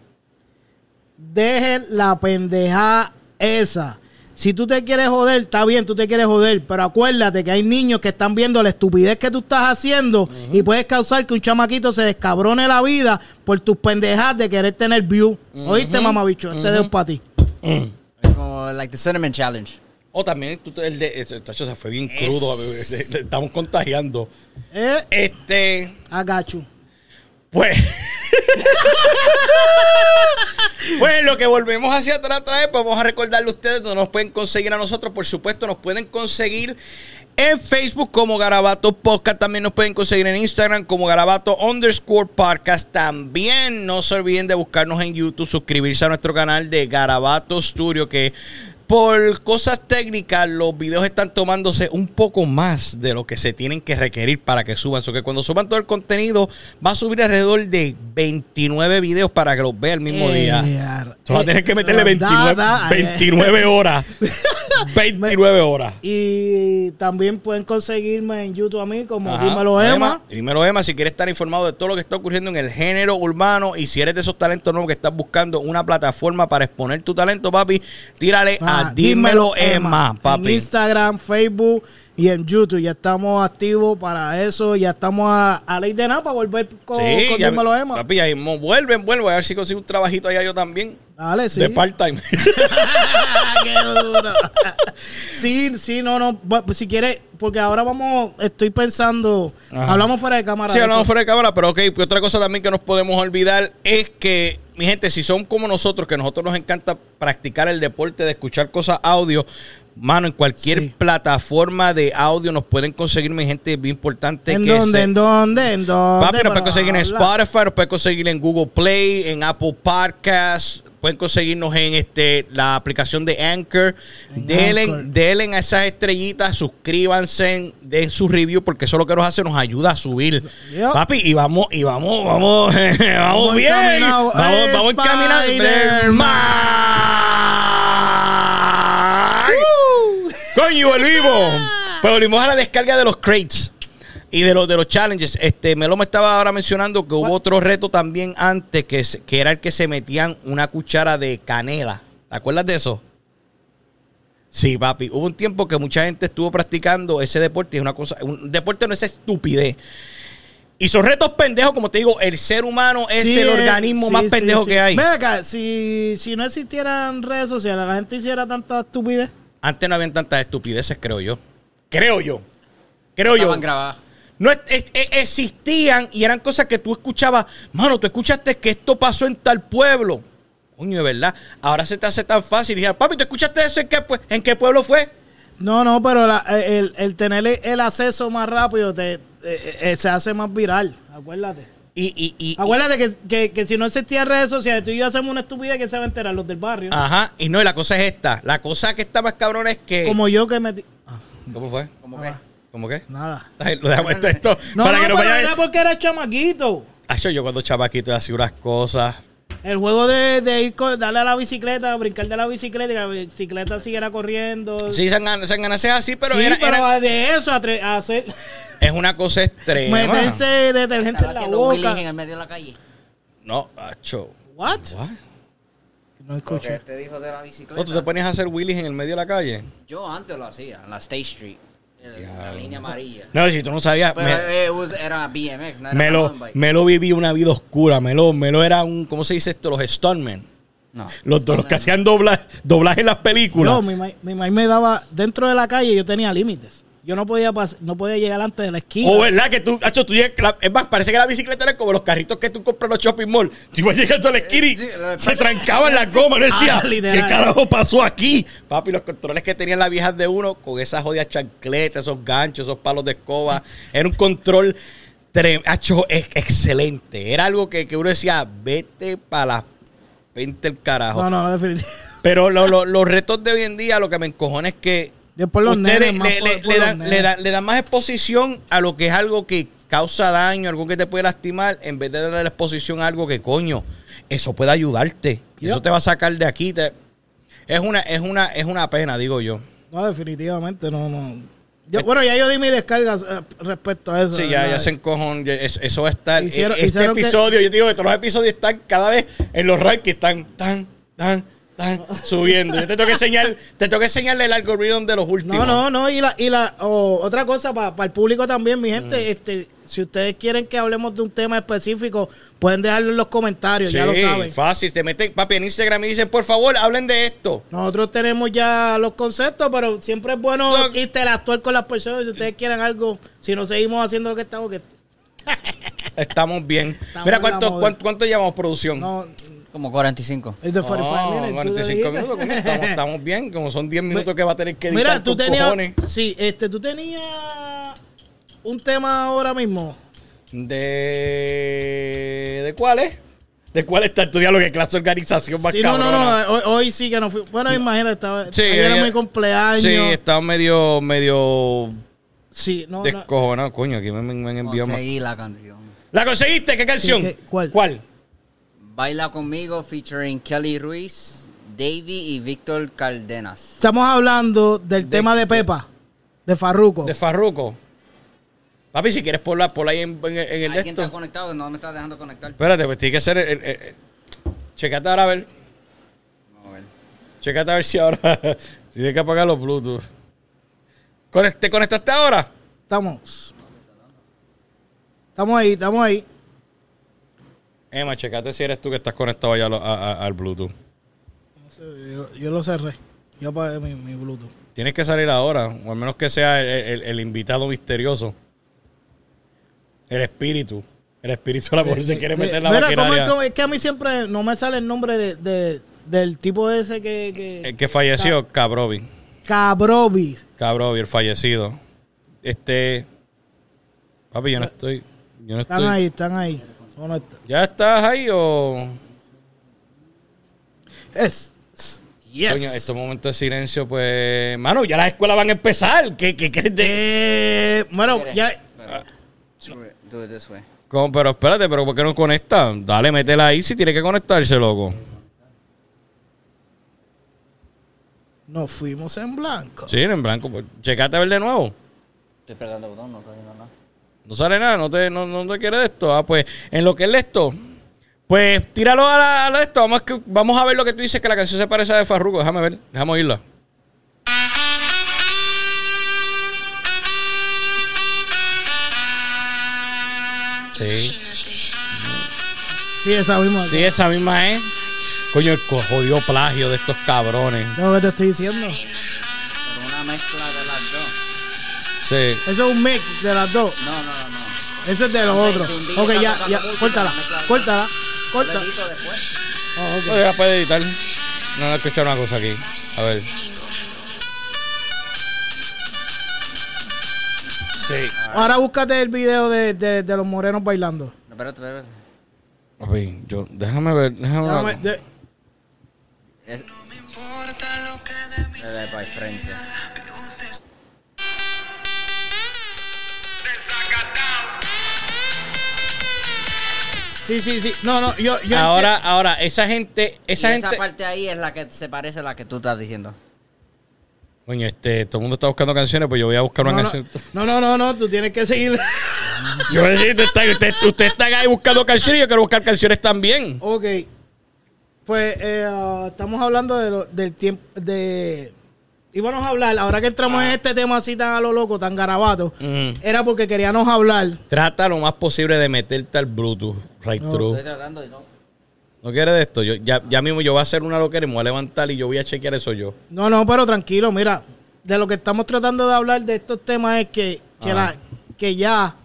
Speaker 4: dejen la pendeja esa. Si tú te quieres joder, está bien, tú te quieres joder, pero acuérdate que hay niños que están viendo la estupidez que tú estás haciendo y puedes causar que un chamaquito se descabrone la vida por tus pendejas de querer tener view. ¿Oíste, mamabicho? Este dedo es para ti.
Speaker 5: Es como, like, the cinnamon challenge.
Speaker 3: O Oh, también tú te- el de, ese- tacho, se fue bien crudo. [LAUGHS] Estamos contagiando.
Speaker 4: Eh,
Speaker 3: Este,
Speaker 4: agacho.
Speaker 3: pues. Pues lo que volvemos hacia atrás, otra vez, pues vamos a recordarle a ustedes donde nos pueden conseguir a nosotros. Por supuesto, nos pueden conseguir en Facebook como Garabato Podcast. También nos pueden conseguir en Instagram como Garabato underscore podcast. También no se olviden de buscarnos en YouTube, suscribirse a nuestro canal de Garabato Studio, que por cosas técnicas los videos están tomándose un poco más de lo que se tienen que requerir para que suban. So que cuando suban todo el contenido va a subir alrededor de 29 videos para que los vea el mismo día.
Speaker 4: Eh, ar-
Speaker 3: Tú vas a tener que meterle
Speaker 4: eh,
Speaker 3: 29,
Speaker 4: da, eh. da,
Speaker 3: 29
Speaker 4: [LAUGHS]
Speaker 3: horas. 29 horas.
Speaker 4: Y también pueden conseguirme en YouTube a mí como
Speaker 3: Ajá.
Speaker 4: Dímelo Emma.
Speaker 3: Dímelo, Emma, si quieres estar informado de todo lo que está ocurriendo en el género urbano y si eres de esos talentos nuevos que estás buscando una plataforma para exponer tu talento, papi, tírale
Speaker 4: Ah,
Speaker 3: a Dímelo, Emma,
Speaker 4: En
Speaker 3: papi.
Speaker 4: Instagram, Facebook y en YouTube. Ya estamos activos para eso. Ya estamos a, a ley de nada para volver con,
Speaker 3: Sí,
Speaker 4: con
Speaker 3: ya-
Speaker 4: Dímelo Emma.
Speaker 3: Papi, ya mismo vuelven, vuelvo a ver si consigo un trabajito allá yo también.
Speaker 4: Dale, sí.
Speaker 3: De part-time.
Speaker 4: sí, sí, no, no. Bu- pues si quieres, porque ahora vamos, estoy pensando, hablamos fuera de cámara.
Speaker 3: Sí,
Speaker 4: de
Speaker 3: hablamos
Speaker 4: eso.
Speaker 3: fuera de cámara, pero ok, pues otra cosa también que nos podemos olvidar es que, mi gente, si son como nosotros, que a nosotros nos encanta practicar el deporte de escuchar cosas audio, mano, en cualquier
Speaker 4: Sí.
Speaker 3: plataforma de audio nos pueden conseguir, mi gente, es bien importante.
Speaker 4: ¿En
Speaker 3: que
Speaker 4: dónde,
Speaker 3: se-
Speaker 4: en dónde, en dónde?
Speaker 3: Papi, nos
Speaker 4: Pero
Speaker 3: pueden conseguir en
Speaker 4: habla.
Speaker 3: Spotify, nos pueden conseguir en Google Play, en Apple Podcasts, pueden conseguirnos en este la aplicación de Anchor.
Speaker 4: En
Speaker 3: Denle,
Speaker 4: Anchor.
Speaker 3: denle a esas estrellitas, suscríbanse, den su review, porque eso lo que nos hace nos ayuda a subir.
Speaker 4: Yep.
Speaker 3: Papi, y vamos, y vamos, vamos, [LAUGHS] vamos
Speaker 4: Vamos
Speaker 3: bien.
Speaker 4: encaminados.
Speaker 3: Vamos, vamos encaminados. Spider-Man. Coño, volvimos. Pues volvimos a la descarga de los crates y de los de los challenges. Este Melo me estaba ahora mencionando que hubo otro reto también antes que, se- que era el que se metían una cuchara de canela. ¿Te acuerdas de eso? Sí, papi. Hubo un tiempo que mucha gente estuvo practicando ese deporte. y Es una cosa, un deporte no es estupidez. Y son retos pendejos, como te digo, el ser humano es
Speaker 4: Sí,
Speaker 3: el
Speaker 4: eh,
Speaker 3: organismo
Speaker 4: sí,
Speaker 3: más
Speaker 4: sí,
Speaker 3: pendejo
Speaker 4: sí.
Speaker 3: que hay.
Speaker 4: Ven acá, si, si no existieran redes sociales, la gente hiciera tanta estupidez.
Speaker 3: Antes no habían tantas estupideces, creo yo. Creo yo. Creo yo.
Speaker 5: Estaban grabadas.
Speaker 3: No es- es- es- existían y eran cosas que tú escuchabas. Mano, tú escuchaste que esto pasó en tal pueblo. Coño, de verdad. Ahora se te hace tan fácil. Y dije, papi, ¿tú escuchaste eso en qué, pue- en qué pueblo fue?
Speaker 4: No, no, pero la- el, el tener el acceso más rápido te, eh, eh, se hace más viral. Acuérdate.
Speaker 3: Y, y, y, y-
Speaker 4: Acuérdate que, que, que si no existían redes sociales, tú y yo hacemos una estupidez que se va a enterar los del barrio.
Speaker 3: ajá, y no, y la cosa es esta. La cosa que está más cabrona es que.
Speaker 4: Como yo que me.
Speaker 3: ¿Cómo fue?
Speaker 5: Como que.
Speaker 3: ¿Cómo qué?
Speaker 4: Nada.
Speaker 3: Lo dejamos esto, esto
Speaker 4: No,
Speaker 3: para
Speaker 4: no,
Speaker 3: que no
Speaker 4: pero
Speaker 3: vayan.
Speaker 4: era porque era chamaquito.
Speaker 3: Acho, yo cuando chavaquito hacía unas cosas.
Speaker 4: El juego de, de ir, co- darle a la bicicleta, brincar de la bicicleta y la bicicleta siguiera corriendo. Sí,
Speaker 3: Sí, se han así, pero,
Speaker 4: pero,
Speaker 3: era, era-
Speaker 4: de eso a, tre- a hacer,
Speaker 3: es una cosa extrema.
Speaker 4: meterse detergente
Speaker 5: Estaba
Speaker 4: en la
Speaker 5: haciendo
Speaker 4: boca.
Speaker 5: bullying en el medio de la calle.
Speaker 3: No, acho.
Speaker 4: What?
Speaker 3: What?
Speaker 4: No
Speaker 5: Lo que
Speaker 4: escuché.
Speaker 5: te dijo este de la bicicleta.
Speaker 3: No, tú te ponías a hacer willis en el medio de la calle.
Speaker 5: Yo antes lo hacía, en la State Street. en La
Speaker 3: Diablo.
Speaker 5: línea amarilla.
Speaker 3: No, si tú no sabías.
Speaker 5: Pero
Speaker 3: me-
Speaker 5: eh, us- era BMX, no era
Speaker 3: me lo,
Speaker 5: mountain bike.
Speaker 3: me lo viví una vida oscura. Me lo, me lo era un, ¿cómo se dice esto? Los stuntmen.
Speaker 5: No.
Speaker 3: Los, los que hacían dobla- doblaje en las películas.
Speaker 4: Yo, mi ma- mi mamá me daba dentro de la calle, yo tenía límites. Yo no podía pas- no podía llegar antes de la esquina.
Speaker 3: O verdad que tú, Acho, tú llegas- la- es más, parece que la bicicleta era como los carritos que tú compras en los shopping mall. Tú ibas llegando a la esquina y
Speaker 5: Eh, Sí, la-
Speaker 3: se trancaban las gomas. Yo decía,
Speaker 4: Ah,
Speaker 3: ¿qué
Speaker 4: literal.
Speaker 3: carajo pasó aquí? Papi, los controles que tenían las viejas de uno con esas jodidas chancletas, esos ganchos, esos palos de escoba. Era un control trem- Acho, es excelente. Era algo que, que uno decía, vete para la. Vente el carajo.
Speaker 4: no, no, no, [LAUGHS] definitivamente.
Speaker 3: Pero lo- lo- los retos de hoy en día, lo que me encojona es que
Speaker 4: Yo por los
Speaker 3: ustedes
Speaker 4: nenes, más
Speaker 3: le,
Speaker 4: por-
Speaker 3: le-
Speaker 4: por
Speaker 3: le
Speaker 4: los
Speaker 3: dan,
Speaker 4: nenes.
Speaker 3: le dan- le dan más exposición a lo que es algo que causa daño, algo que te puede lastimar, en vez de darle la exposición a algo que, coño, eso puede ayudarte. Eso
Speaker 4: Yep.
Speaker 3: te va a sacar de aquí. te- es, una, es, una, es una pena, digo yo.
Speaker 4: No, definitivamente, no, no. Yo- bueno, ya yo di mi descarga eh, respecto a eso.
Speaker 3: Eh. Sí, ya,
Speaker 4: ¿verdad?
Speaker 3: ya se encojon. ya- Eso, eso va a estar.
Speaker 4: Hicieron-
Speaker 3: este
Speaker 4: hicieron que-
Speaker 3: episodio, yo te digo que todos los episodios están cada vez en los rankings, están tan, tan, tan subiendo. Yo te tengo que enseñar, te tengo que enseñarle el algoritmo de los últimos.
Speaker 4: No, no, no, y la, y la o, otra cosa para el público también, mi gente,
Speaker 3: Mm.
Speaker 4: este, si ustedes quieren que hablemos de un tema específico, pueden dejarlo en los comentarios, ya lo
Speaker 3: Sí,
Speaker 4: saben.
Speaker 3: Fácil, te meten, papi, en Instagram y dicen, por favor, hablen de esto.
Speaker 4: Nosotros tenemos ya los conceptos, pero siempre es bueno
Speaker 3: No.
Speaker 4: interactuar con las personas. Si ustedes quieren algo, si no seguimos haciendo lo que estamos, que
Speaker 3: Estamos bien.
Speaker 4: Estamos
Speaker 3: Mira,
Speaker 4: en la
Speaker 3: ¿cuánto,
Speaker 4: moda.
Speaker 3: cuánto, cuánto llevamos producción?
Speaker 4: no.
Speaker 5: Como 45.
Speaker 4: Es de 45
Speaker 3: Oh,
Speaker 4: minutes, tú lo
Speaker 3: 45
Speaker 4: dijiste.
Speaker 3: minutos. ¿cómo? Estamos,
Speaker 4: [LAUGHS]
Speaker 3: estamos bien, como son 10 minutos que va a tener que editar
Speaker 4: Mira, tú
Speaker 3: con
Speaker 4: tenías.
Speaker 3: cojones.
Speaker 4: Sí, este, tú tenías un tema ahora mismo.
Speaker 3: ¿De, ¿De cuál es? ¿De cuál está tu diálogo? ¿Qué clase de organización más
Speaker 4: Sí, no, no,
Speaker 3: cabrona?
Speaker 4: no. Hoy, hoy sí que no fui. Bueno, imagínate, estaba.
Speaker 3: Sí,
Speaker 4: ayer era
Speaker 3: ayer-
Speaker 4: mi cumpleaños.
Speaker 3: Sí,
Speaker 4: Sí,
Speaker 3: estaba medio, medio
Speaker 4: no, no.
Speaker 3: descojonado, coño. Aquí me, me- me han enviado más.
Speaker 5: Conseguí la canción.
Speaker 3: ¿La conseguiste? ¿Qué canción?
Speaker 4: ¿qué- cuál?
Speaker 3: ¿Cuál?
Speaker 5: Baila conmigo featuring Kelly Ruiz, Davy y Víctor Caldenas.
Speaker 4: Estamos hablando del tema de Pepa, de Farruco.
Speaker 3: ¿De Farruco? Papi, si quieres ponla, ponla ahí en, en- en el
Speaker 5: ¿Alguien
Speaker 3: esto.
Speaker 5: está conectado? No me está dejando conectar.
Speaker 3: Espérate, pues tiene que ser. El, el- el- Checate ahora a ver.
Speaker 5: Vamos a ver.
Speaker 3: Checate a ver si ahora. [LAUGHS] si tienes que apagar los Bluetooth. Conec- ¿Te conectaste ahora?
Speaker 4: Estamos. Estamos ahí, estamos ahí.
Speaker 3: Emma, checate si eres tú que estás conectado ya lo- a- a- al Bluetooth.
Speaker 4: No sé, Yo, yo lo cerré. Yo apagué mi, mi Bluetooth.
Speaker 3: Tienes que salir ahora, o al menos que sea el, el- el invitado misterioso. El espíritu. El espíritu de la mujer se quiere
Speaker 4: De-
Speaker 3: meter en la
Speaker 4: Eh, mira, ¿cómo
Speaker 3: maquinaria.
Speaker 4: es, que- es que a mí siempre no me sale el nombre de, de- del tipo ese que. que
Speaker 3: El que falleció, Cabrovi.
Speaker 4: Cabrobi.
Speaker 3: Cabrovi, el fallecido. Este. Papi, yo no estoy. Yo no
Speaker 4: Están
Speaker 3: estoy.
Speaker 4: ahí, están ahí. ¿O no está?
Speaker 3: ¿Ya estás ahí o.?
Speaker 4: Es. es- Yes.
Speaker 3: Coño, estos momentos de silencio, pues. Mano, ya las escuelas van a empezar. ¿Qué, qué, qué de-
Speaker 4: Eh, bueno, ya.
Speaker 5: Espera. Do it- do it this way.
Speaker 3: ¿Cómo? Pero espérate, pero ¿por qué no conecta? Dale, métela ahí si tiene que conectarse, loco.
Speaker 4: Nos fuimos en blanco.
Speaker 3: Sí, en blanco. pues, Checate a ver de nuevo.
Speaker 5: Estoy pegando el botón, no está haciendo nada.
Speaker 3: No sale nada, no te, no, no te quiere de esto. Ah, pues, en lo que es de esto. Pues tíralo a la, a la de esto. Vamos a, que- vamos a ver lo que tú dices que la canción se parece a de Farruko. Déjame ver, déjame oírla. Sí.
Speaker 4: Sí, esa misma.
Speaker 3: Sí, esa misma es. Coño, el co- jodido plagio de estos cabrones.
Speaker 4: Lo que te estoy diciendo.
Speaker 5: Pero una mezcla de las dos.
Speaker 3: Sí.
Speaker 4: Eso es un mix de las dos.
Speaker 5: No, no, no,
Speaker 4: Eso es de los otros. Ok, ya, ya. Córtala, córtala,
Speaker 5: no.
Speaker 4: córtala.
Speaker 5: Lo edito después.
Speaker 4: Oh, ok.
Speaker 3: No deja para editar. No, no escuchar una cosa aquí. A ver. Sí.
Speaker 4: Ahora búscate el video de, de- de los morenos bailando.
Speaker 5: No, espérate, espérate.
Speaker 3: Papi, yo, déjame ver, déjame,
Speaker 4: Déjame-
Speaker 3: ver.
Speaker 4: de-
Speaker 5: Es... Dale para el frente.
Speaker 4: sí, sí, sí. No, no, yo, yo
Speaker 3: Ahora, ahora, esa gente, esa
Speaker 5: Y
Speaker 3: gente.
Speaker 5: esa parte ahí es la que se parece a la que tú estás diciendo.
Speaker 3: Coño, este, todo el mundo está buscando canciones, pues yo voy a buscar una
Speaker 4: entiendo-
Speaker 3: canción.
Speaker 4: no, no, no, no, no, tú tienes que seguir. [LAUGHS]
Speaker 3: Yo voy a decir, ustedes usted, usted están ahí buscando canciones, yo quiero buscar canciones también.
Speaker 4: ok. Pues eh, ah, estamos hablando de lo- del tiempo de íbamos a hablar, ahora que entramos en este tema así tan a lo loco, tan garabato,
Speaker 3: Ah. Mm.
Speaker 4: era porque queríamos hablar.
Speaker 3: Trata lo más posible de meterte al Bluetooth, right through.
Speaker 5: Estoy tratando y no.
Speaker 3: ¿No quieres de esto? Yo, ya, ya mismo yo voy a hacer una loquera y me voy a levantar y yo voy a chequear eso yo.
Speaker 4: No, no, pero tranquilo, mira, de lo que estamos tratando de hablar de estos temas es que,
Speaker 3: Ah.
Speaker 4: que, la, que ya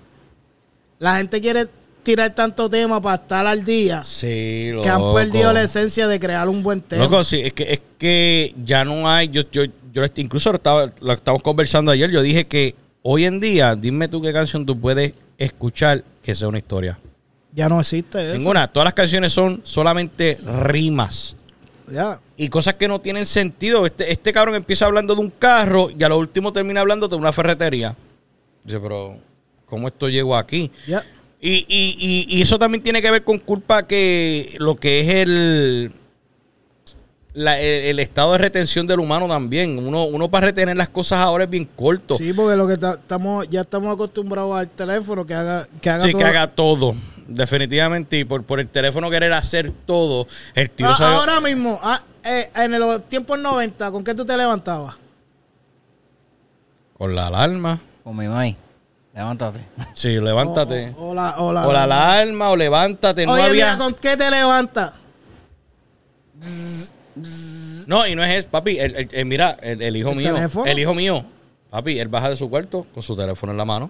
Speaker 4: la gente quiere tirar tanto tema para estar al día,
Speaker 3: Sí, loco.
Speaker 4: que han perdido la esencia de crear un buen tema.
Speaker 3: Loco, sí, es que, es que ya no hay, yo, yo, yo lo est- incluso lo, estaba, lo estamos conversando ayer, yo dije que hoy en día, dime tú qué canción tú puedes escuchar que sea una historia.
Speaker 4: Ya no existe eso.
Speaker 3: Ninguna, todas las canciones son solamente rimas.
Speaker 4: Ya.
Speaker 3: y cosas que no tienen sentido. Este, este cabrón empieza hablando de un carro y a lo último termina hablando de una ferretería. Dice, pero, ¿cómo esto llegó aquí?
Speaker 4: Ya.
Speaker 3: Y, y- y- y eso también tiene que ver con culpa que lo que es el, la- el, el estado de retención del humano también. Uno, uno para retener las cosas ahora es bien corto. Sí,
Speaker 4: Sí, porque lo que ta- estamos, ya estamos acostumbrados al teléfono que haga, que haga todo.
Speaker 3: que haga todo. Definitivamente, y por, por el teléfono querer hacer todo, el tío
Speaker 4: Ah,
Speaker 3: sabe-
Speaker 4: Ahora mismo, ah, eh, en los tiempos 90, ¿con qué tú te levantabas?
Speaker 3: con la alarma.
Speaker 5: Con mi mãe. Levántate.
Speaker 3: Sí, levántate.
Speaker 4: O, o la, o la,
Speaker 3: O la alarma, o levántate. No
Speaker 4: Oye,
Speaker 3: había.
Speaker 4: mira, ¿con qué te levantas?
Speaker 3: No, y no es eso, papi. El, el- el- mira, el, el hijo
Speaker 4: ¿El
Speaker 3: mío.
Speaker 4: teléfono?
Speaker 3: El hijo mío. Papi, él baja de su cuarto con su teléfono en la mano.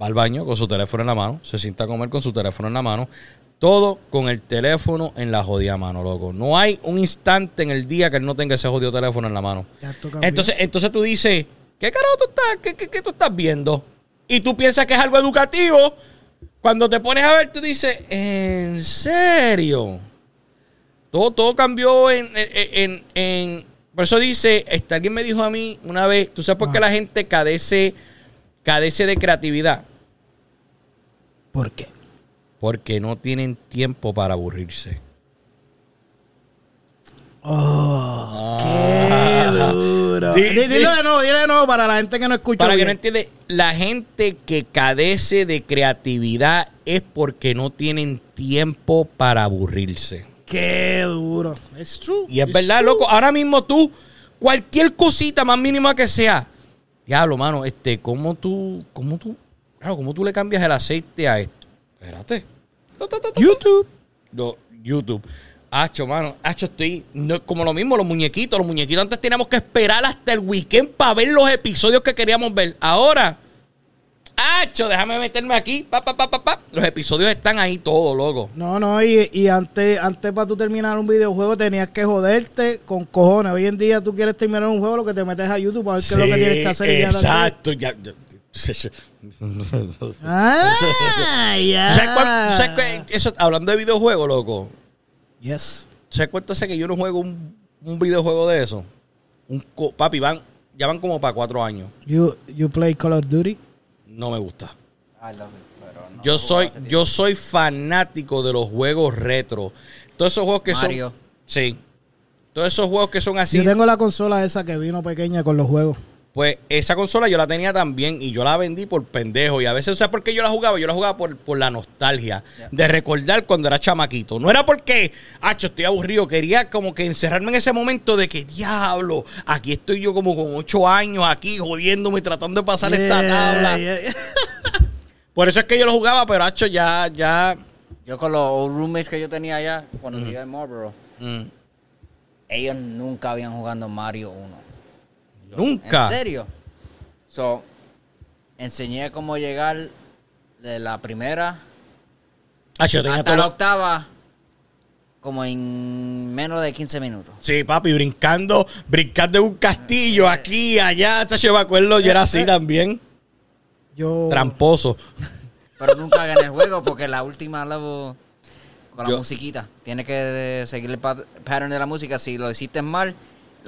Speaker 3: Va al baño con su teléfono en la mano. Se sienta a comer con su teléfono en la mano. Todo con el teléfono en la jodida mano, loco. No hay un instante en el día que él no tenga ese jodido teléfono en la mano.
Speaker 4: Ya esto cambió.
Speaker 3: Entonces, entonces tú dices, ¿qué carajo tú estás, qué, qué- qué tú estás viendo? Y tú piensas que es algo educativo. Cuando te pones a ver, tú dices, ¿en serio? Todo, todo cambió en, en- en- en- Por eso dice, este, alguien me dijo a mí una vez, ¿tú sabes por qué la gente cadece, cadece de creatividad?
Speaker 4: ¿Por qué?
Speaker 3: Porque no tienen tiempo para aburrirse.
Speaker 4: Oh, qué duro.
Speaker 3: Ah. Di-
Speaker 4: Di- Dilo de nuevo, dilo de nuevo para la gente que no escucha.
Speaker 3: Para que
Speaker 4: bien.
Speaker 3: no entiende, la gente que cadece de creatividad es porque no tienen tiempo para aburrirse.
Speaker 4: Qué duro. It's true.
Speaker 3: Y es
Speaker 4: It's
Speaker 3: verdad,
Speaker 4: true.
Speaker 3: loco. Ahora mismo tú, cualquier cosita más mínima que sea, diablo, mano, este, ¿cómo tú, cómo tú, claro, cómo tú le cambias el aceite a esto? Espérate. Ta, ta, ta, ta, ta.
Speaker 4: YouTube.
Speaker 3: No, YouTube. Hacho, mano, hacho, estoy no, como lo mismo, los muñequitos. Los muñequitos antes teníamos que esperar hasta el weekend para ver los episodios que queríamos ver. Ahora, hacho, déjame meterme aquí. Pa, pa, pa, pa, pa. Los episodios están ahí todos, loco.
Speaker 4: No, no, y, y antes, antes para tú terminar un videojuego tenías que joderte con cojones. Hoy en día tú quieres terminar un juego, lo que te metes a YouTube para ver qué es lo que tienes que hacer. y ya te-
Speaker 3: Exacto. Ya, ya. [LAUGHS] [LAUGHS]
Speaker 4: Ah, ya.
Speaker 3: ¿Sabes cuál- sabes cuál- eso, hablando de videojuegos, loco.
Speaker 4: Yes.
Speaker 3: ¿Se cuenta que yo no juego un, un videojuego de eso? Un co- papi, van, ya van como para cuatro años.
Speaker 4: You, you play Call of Duty.
Speaker 3: No me gusta.
Speaker 5: I love it, pero no.
Speaker 3: Yo soy, yo soy fanático de los juegos retro. Todos esos juegos que
Speaker 5: Mario.
Speaker 3: son. Sí. Todos esos juegos que son así.
Speaker 4: Yo tengo la consola esa que vino pequeña con los juegos.
Speaker 3: Pues esa consola yo la tenía también y yo la vendí por pendejo. Y a veces, o sea, porque yo la jugaba, yo la jugaba por, por la nostalgia de recordar cuando era chamaquito. No era porque, hacho, estoy aburrido. Quería como que encerrarme en ese momento de que, diablo, aquí estoy yo como con ocho años aquí jodiéndome, tratando de pasar esta
Speaker 4: Yeah,
Speaker 3: tabla.
Speaker 4: yeah, yeah.
Speaker 3: Por eso es que yo lo jugaba, pero hacho, ya, ya.
Speaker 5: Yo con los old roommates que yo tenía allá, cuando vivía en Marlboro,
Speaker 3: mm,
Speaker 5: ellos nunca habían jugando Mario 1.
Speaker 3: nunca.
Speaker 5: ¿En serio? So, enseñé cómo llegar de la primera
Speaker 3: Hacho, yo tenía
Speaker 5: hasta
Speaker 3: todo
Speaker 5: la
Speaker 3: lo-
Speaker 5: octava como en menos de 15 minutos.
Speaker 3: Sí, papi, brincando, brincando de un castillo aquí, allá, hasta me acuerdo, yo era así también.
Speaker 4: Yo.
Speaker 3: Tramposo.
Speaker 5: Pero nunca gané el juego porque la última level con la
Speaker 3: Yo-
Speaker 5: musiquita. Tienes que eh, seguir el pat- pattern de la música. Si lo hiciste mal, la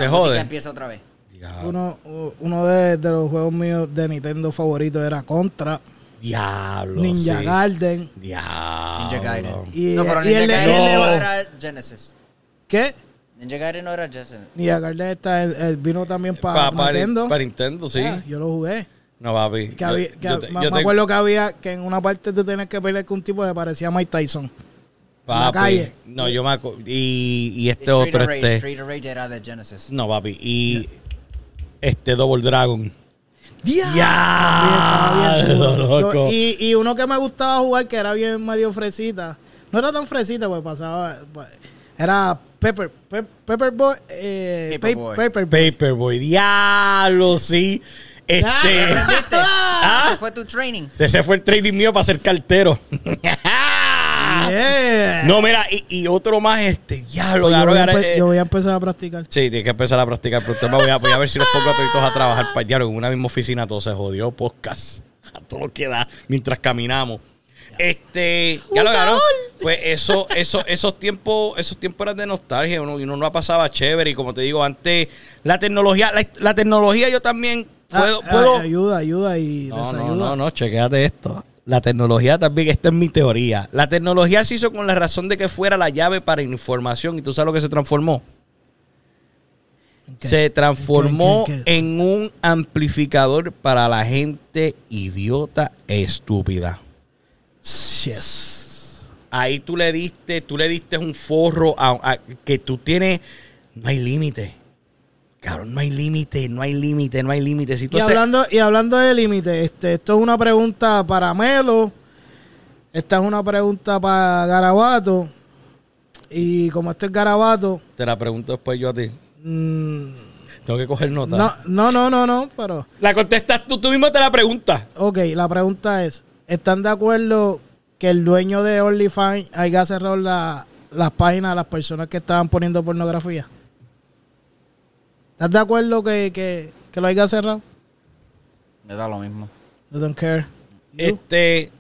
Speaker 3: Te
Speaker 5: música
Speaker 3: jode.
Speaker 5: empieza otra vez.
Speaker 3: Diablo.
Speaker 4: Uno, uno de, de los juegos míos de Nintendo favorito era Contra,
Speaker 3: Diablo,
Speaker 4: Ninja
Speaker 3: sí.
Speaker 4: Garden.
Speaker 3: Diablo.
Speaker 5: Ninja Gaiden.
Speaker 4: Y-
Speaker 5: no, pero
Speaker 4: y
Speaker 5: Ninja
Speaker 4: el de-
Speaker 5: Gaiden
Speaker 3: Ah, No.
Speaker 5: no era Genesis.
Speaker 4: ¿Qué?
Speaker 5: Ninja Gaiden no era Genesis.
Speaker 4: Ninja Garden está, eh, eh, vino también
Speaker 3: Pa-
Speaker 4: para
Speaker 3: para
Speaker 4: Nintendo.
Speaker 3: para Nintendo, sí.
Speaker 4: Ah, yo lo jugué.
Speaker 3: No, papi.
Speaker 4: Que había-
Speaker 3: Yo-
Speaker 4: que
Speaker 3: yo te-
Speaker 4: me,
Speaker 3: yo
Speaker 4: me
Speaker 3: te-
Speaker 4: acuerdo que había que en una parte tú tenías que pelear con un tipo que parecía Mike Tyson. la
Speaker 3: papi,
Speaker 4: calle.
Speaker 3: No, yo me acuerdo. Y, y este
Speaker 5: Street
Speaker 3: otro,
Speaker 5: of Rage,
Speaker 3: este.
Speaker 5: Street of Rage era de Genesis.
Speaker 3: No, papi. Y este Double Dragon.
Speaker 4: Estaba bien
Speaker 3: Diablo,
Speaker 4: duro.
Speaker 3: loco.
Speaker 4: Y, y uno que me gustaba jugar que era bien medio fresita. No era tan fresita, pues pasaba. pues, Era Pepper, Pe- Pepper Boy. eh,
Speaker 5: Paper
Speaker 4: Pe-
Speaker 5: Boy.
Speaker 4: Paper Boy.
Speaker 3: Paperboy. Diablo, sí. Este.
Speaker 5: [LAUGHS] Ah,
Speaker 3: ah,
Speaker 5: fue tu training.
Speaker 3: [LAUGHS] ese fue el training mío para ser cartero. [LAUGHS]
Speaker 4: Yeah.
Speaker 3: ah, No, mira, y, y otro más, este. Diablo,
Speaker 4: Pues yo,
Speaker 3: cabrón,
Speaker 4: voy a
Speaker 3: ahora,
Speaker 4: empe-
Speaker 3: eh,
Speaker 4: yo voy a empezar a practicar.
Speaker 3: Sí, tienes que empezar a practicar. Pero usted me voy a, voy a ver si los pongo a todos a trabajar para diablo. En una misma oficina todo se jodió. Podcast. [LAUGHS] A todo lo que da mientras caminamos. Este, ya lo ganó. Pues eso, eso, esos tiempos, esos tiempos eran de nostalgia. Uno, uno no la pasaba chévere. Y como te digo, antes, la tecnología, la, la tecnología yo también puedo,
Speaker 4: Ah, ah,
Speaker 3: puedo.
Speaker 4: ayuda, ayuda y
Speaker 3: No, no,
Speaker 4: desayuda.
Speaker 3: no, no, chequéate esto. La tecnología también, esta es mi teoría. La tecnología se hizo con la razón de que fuera la llave para información. ¿Y tú sabes lo que se transformó?
Speaker 4: ¿Qué?
Speaker 3: Se transformó
Speaker 4: ¿Qué, qué, qué?
Speaker 3: en un amplificador para la gente idiota e estúpida.
Speaker 4: Yes.
Speaker 3: Ahí tú le diste, tú le diste un forro a- a- que tú tienes, no hay límite. Cabrón, no hay límite, no hay límite, no hay límite. Si tú
Speaker 4: Y
Speaker 3: haces-
Speaker 4: hablando, y hablando de límite, este, esto es una pregunta para Melo. Esta es una pregunta para Garabato. Y como este es Garabato,
Speaker 3: te la pregunto después yo a ti.
Speaker 4: mm,
Speaker 3: Tengo que coger nota.
Speaker 4: no, no, no, no, no, pero.
Speaker 3: La contestas tú, tú mismo te la preguntas.
Speaker 4: Ok, la pregunta es: ¿están de acuerdo que el dueño de OnlyFans haya cerrado la- las páginas a las personas que estaban poniendo pornografía? ¿Estás de acuerdo que, que, que lo haya cerrado?
Speaker 5: Me da lo mismo.
Speaker 4: I don't care.
Speaker 3: Este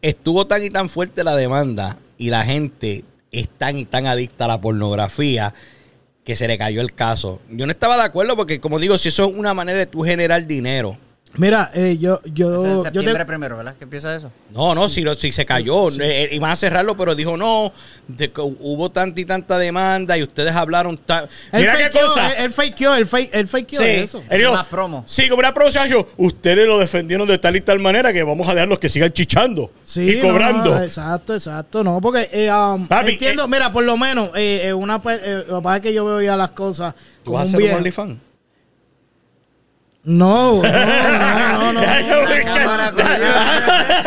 Speaker 3: estuvo tan y tan fuerte la demanda y la gente es tan y tan adicta a la pornografía que se le cayó el caso. Yo no estaba de acuerdo porque, como digo, si eso es una manera de tú generar dinero.
Speaker 4: Mira, eh, yo,
Speaker 5: Es en
Speaker 4: yo, yo
Speaker 5: septiembre
Speaker 4: te-
Speaker 5: primero, ¿verdad? Que empieza eso.
Speaker 3: No, no, si, lo- si se cayó, eh, eh, iban a cerrarlo, pero dijo no, de que hubo tanta y tanta demanda y ustedes hablaron tan...
Speaker 4: Él eh,
Speaker 3: Mira qué
Speaker 4: fakeó,
Speaker 3: cosa.
Speaker 4: Él, él fakeó, él, fake, él fakeó
Speaker 3: Sí,
Speaker 4: eso.
Speaker 3: él dijo,
Speaker 5: Una promo.
Speaker 3: Eh, Sí, como una promo, Sergio, ustedes lo defendieron de tal y tal manera que vamos a dejarlos que sigan chichando
Speaker 4: Sí,
Speaker 3: y
Speaker 4: no,
Speaker 3: cobrando.
Speaker 4: no, exacto, exacto. No, porque eh, um,
Speaker 3: Papi,
Speaker 4: entiendo,
Speaker 3: eh,
Speaker 4: mira, por lo menos, eh, eh, una, pe- eh, lo que pasa es que yo veo ya las cosas como un viejo.
Speaker 3: OnlyFans?
Speaker 4: No, no,
Speaker 3: [LAUGHS]
Speaker 4: no, no, no.
Speaker 3: Ay,
Speaker 5: La
Speaker 3: me
Speaker 5: cámara
Speaker 3: encanta.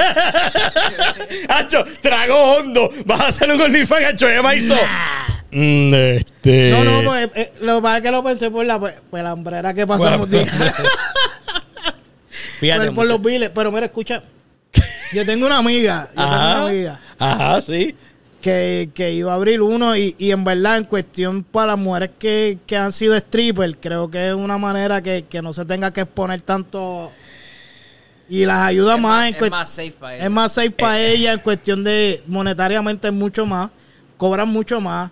Speaker 3: [LAUGHS] Hacho, trago hondo. Vas a hacer un OnlyFans, Hacho, ya me hizo. Mm, este.
Speaker 4: No, no, pues, eh, lo que pasa es que lo pensé por la, pues, pues la hambrera que pasamos
Speaker 3: Bueno,
Speaker 4: día-
Speaker 3: [LAUGHS] Fíjate.
Speaker 4: [LAUGHS] por, por los biles. Pero mira, escucha, yo tengo una amiga, yo tengo una
Speaker 3: Ajá,
Speaker 4: amiga
Speaker 3: ajá, sí.
Speaker 4: que, que iba a abrir uno y, y en verdad en cuestión para las mujeres que, que han sido stripper, creo que es una manera que, que no se tenga que exponer tanto y las ayuda
Speaker 5: Es
Speaker 4: más,
Speaker 5: más,
Speaker 4: en
Speaker 5: es
Speaker 4: cuest-
Speaker 5: más safe Eh, para
Speaker 4: es
Speaker 5: ellos.
Speaker 4: más safe para ella en cuestión de monetariamente es mucho más, cobran mucho más.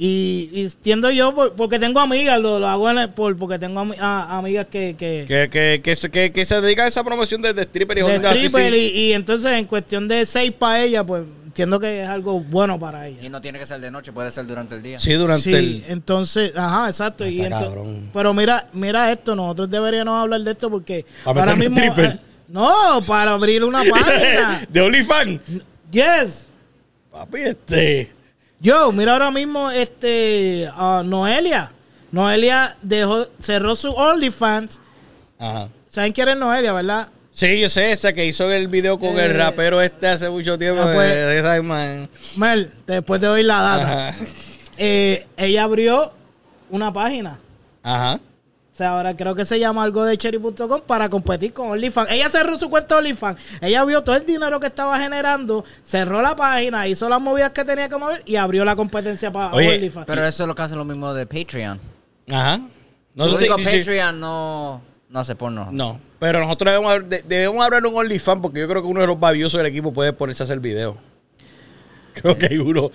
Speaker 4: Y, y entiendo yo, por- porque tengo amigas, lo, lo hago en el- por, porque tengo ami- a- amigas que, que,
Speaker 3: Que, que, que, se- que, que se dedica a esa promoción de, de stripper y
Speaker 4: de
Speaker 3: jodienda, sí,
Speaker 4: stripper
Speaker 3: sí.
Speaker 4: Y, y entonces en cuestión de safe para ella, pues entiendo que es algo bueno para ella.
Speaker 5: Y no tiene que ser de noche, puede ser durante el día.
Speaker 3: Sí, durante
Speaker 4: sí,
Speaker 3: el.
Speaker 4: entonces, ajá, exacto. y
Speaker 3: Está
Speaker 4: ento-
Speaker 3: cabrón.
Speaker 4: pero mira, mira esto, nosotros deberíamos hablar de esto porque
Speaker 3: Para
Speaker 4: ahora
Speaker 3: meterme
Speaker 4: mismo eh,
Speaker 3: stripper.
Speaker 4: no, para abrir una página.
Speaker 3: [LAUGHS] de OnlyFans.
Speaker 4: yes.
Speaker 3: Papi, este.
Speaker 4: Yo, mira ahora mismo este ah, Noelia. Noelia dejó cerró su OnlyFans.
Speaker 3: Ajá.
Speaker 4: ¿Saben quién es Noelia, verdad?
Speaker 3: Sí, yo sé, esa que hizo el video con el
Speaker 4: Eh,
Speaker 3: rapero este hace mucho tiempo.
Speaker 4: ah, pues.
Speaker 3: de- de esa imagen.
Speaker 4: Mel, después te doy la data.
Speaker 3: Ajá.
Speaker 4: Eh, ella abrió una página.
Speaker 3: Ajá.
Speaker 4: O sea, ahora creo que se llama algo de cherry.com para competir con OnlyFans. Ella cerró su cuenta de OnlyFans. Ella vio todo el dinero que estaba generando, cerró la página, hizo las movidas que tenía que mover y abrió la competencia para
Speaker 3: Oye,
Speaker 4: OnlyFans.
Speaker 5: Pero eso es lo que hacen lo mismo de Patreon.
Speaker 3: Ajá. No
Speaker 5: Lo
Speaker 3: sé
Speaker 5: único
Speaker 3: si- si-
Speaker 5: Patreon no. No hace porno.
Speaker 3: No. Pero nosotros debemos, abrir- de- debemos abrir un OnlyFans porque yo creo que uno de los babiosos del equipo puede ponerse a hacer video. [LAUGHS] Creo que hay uno.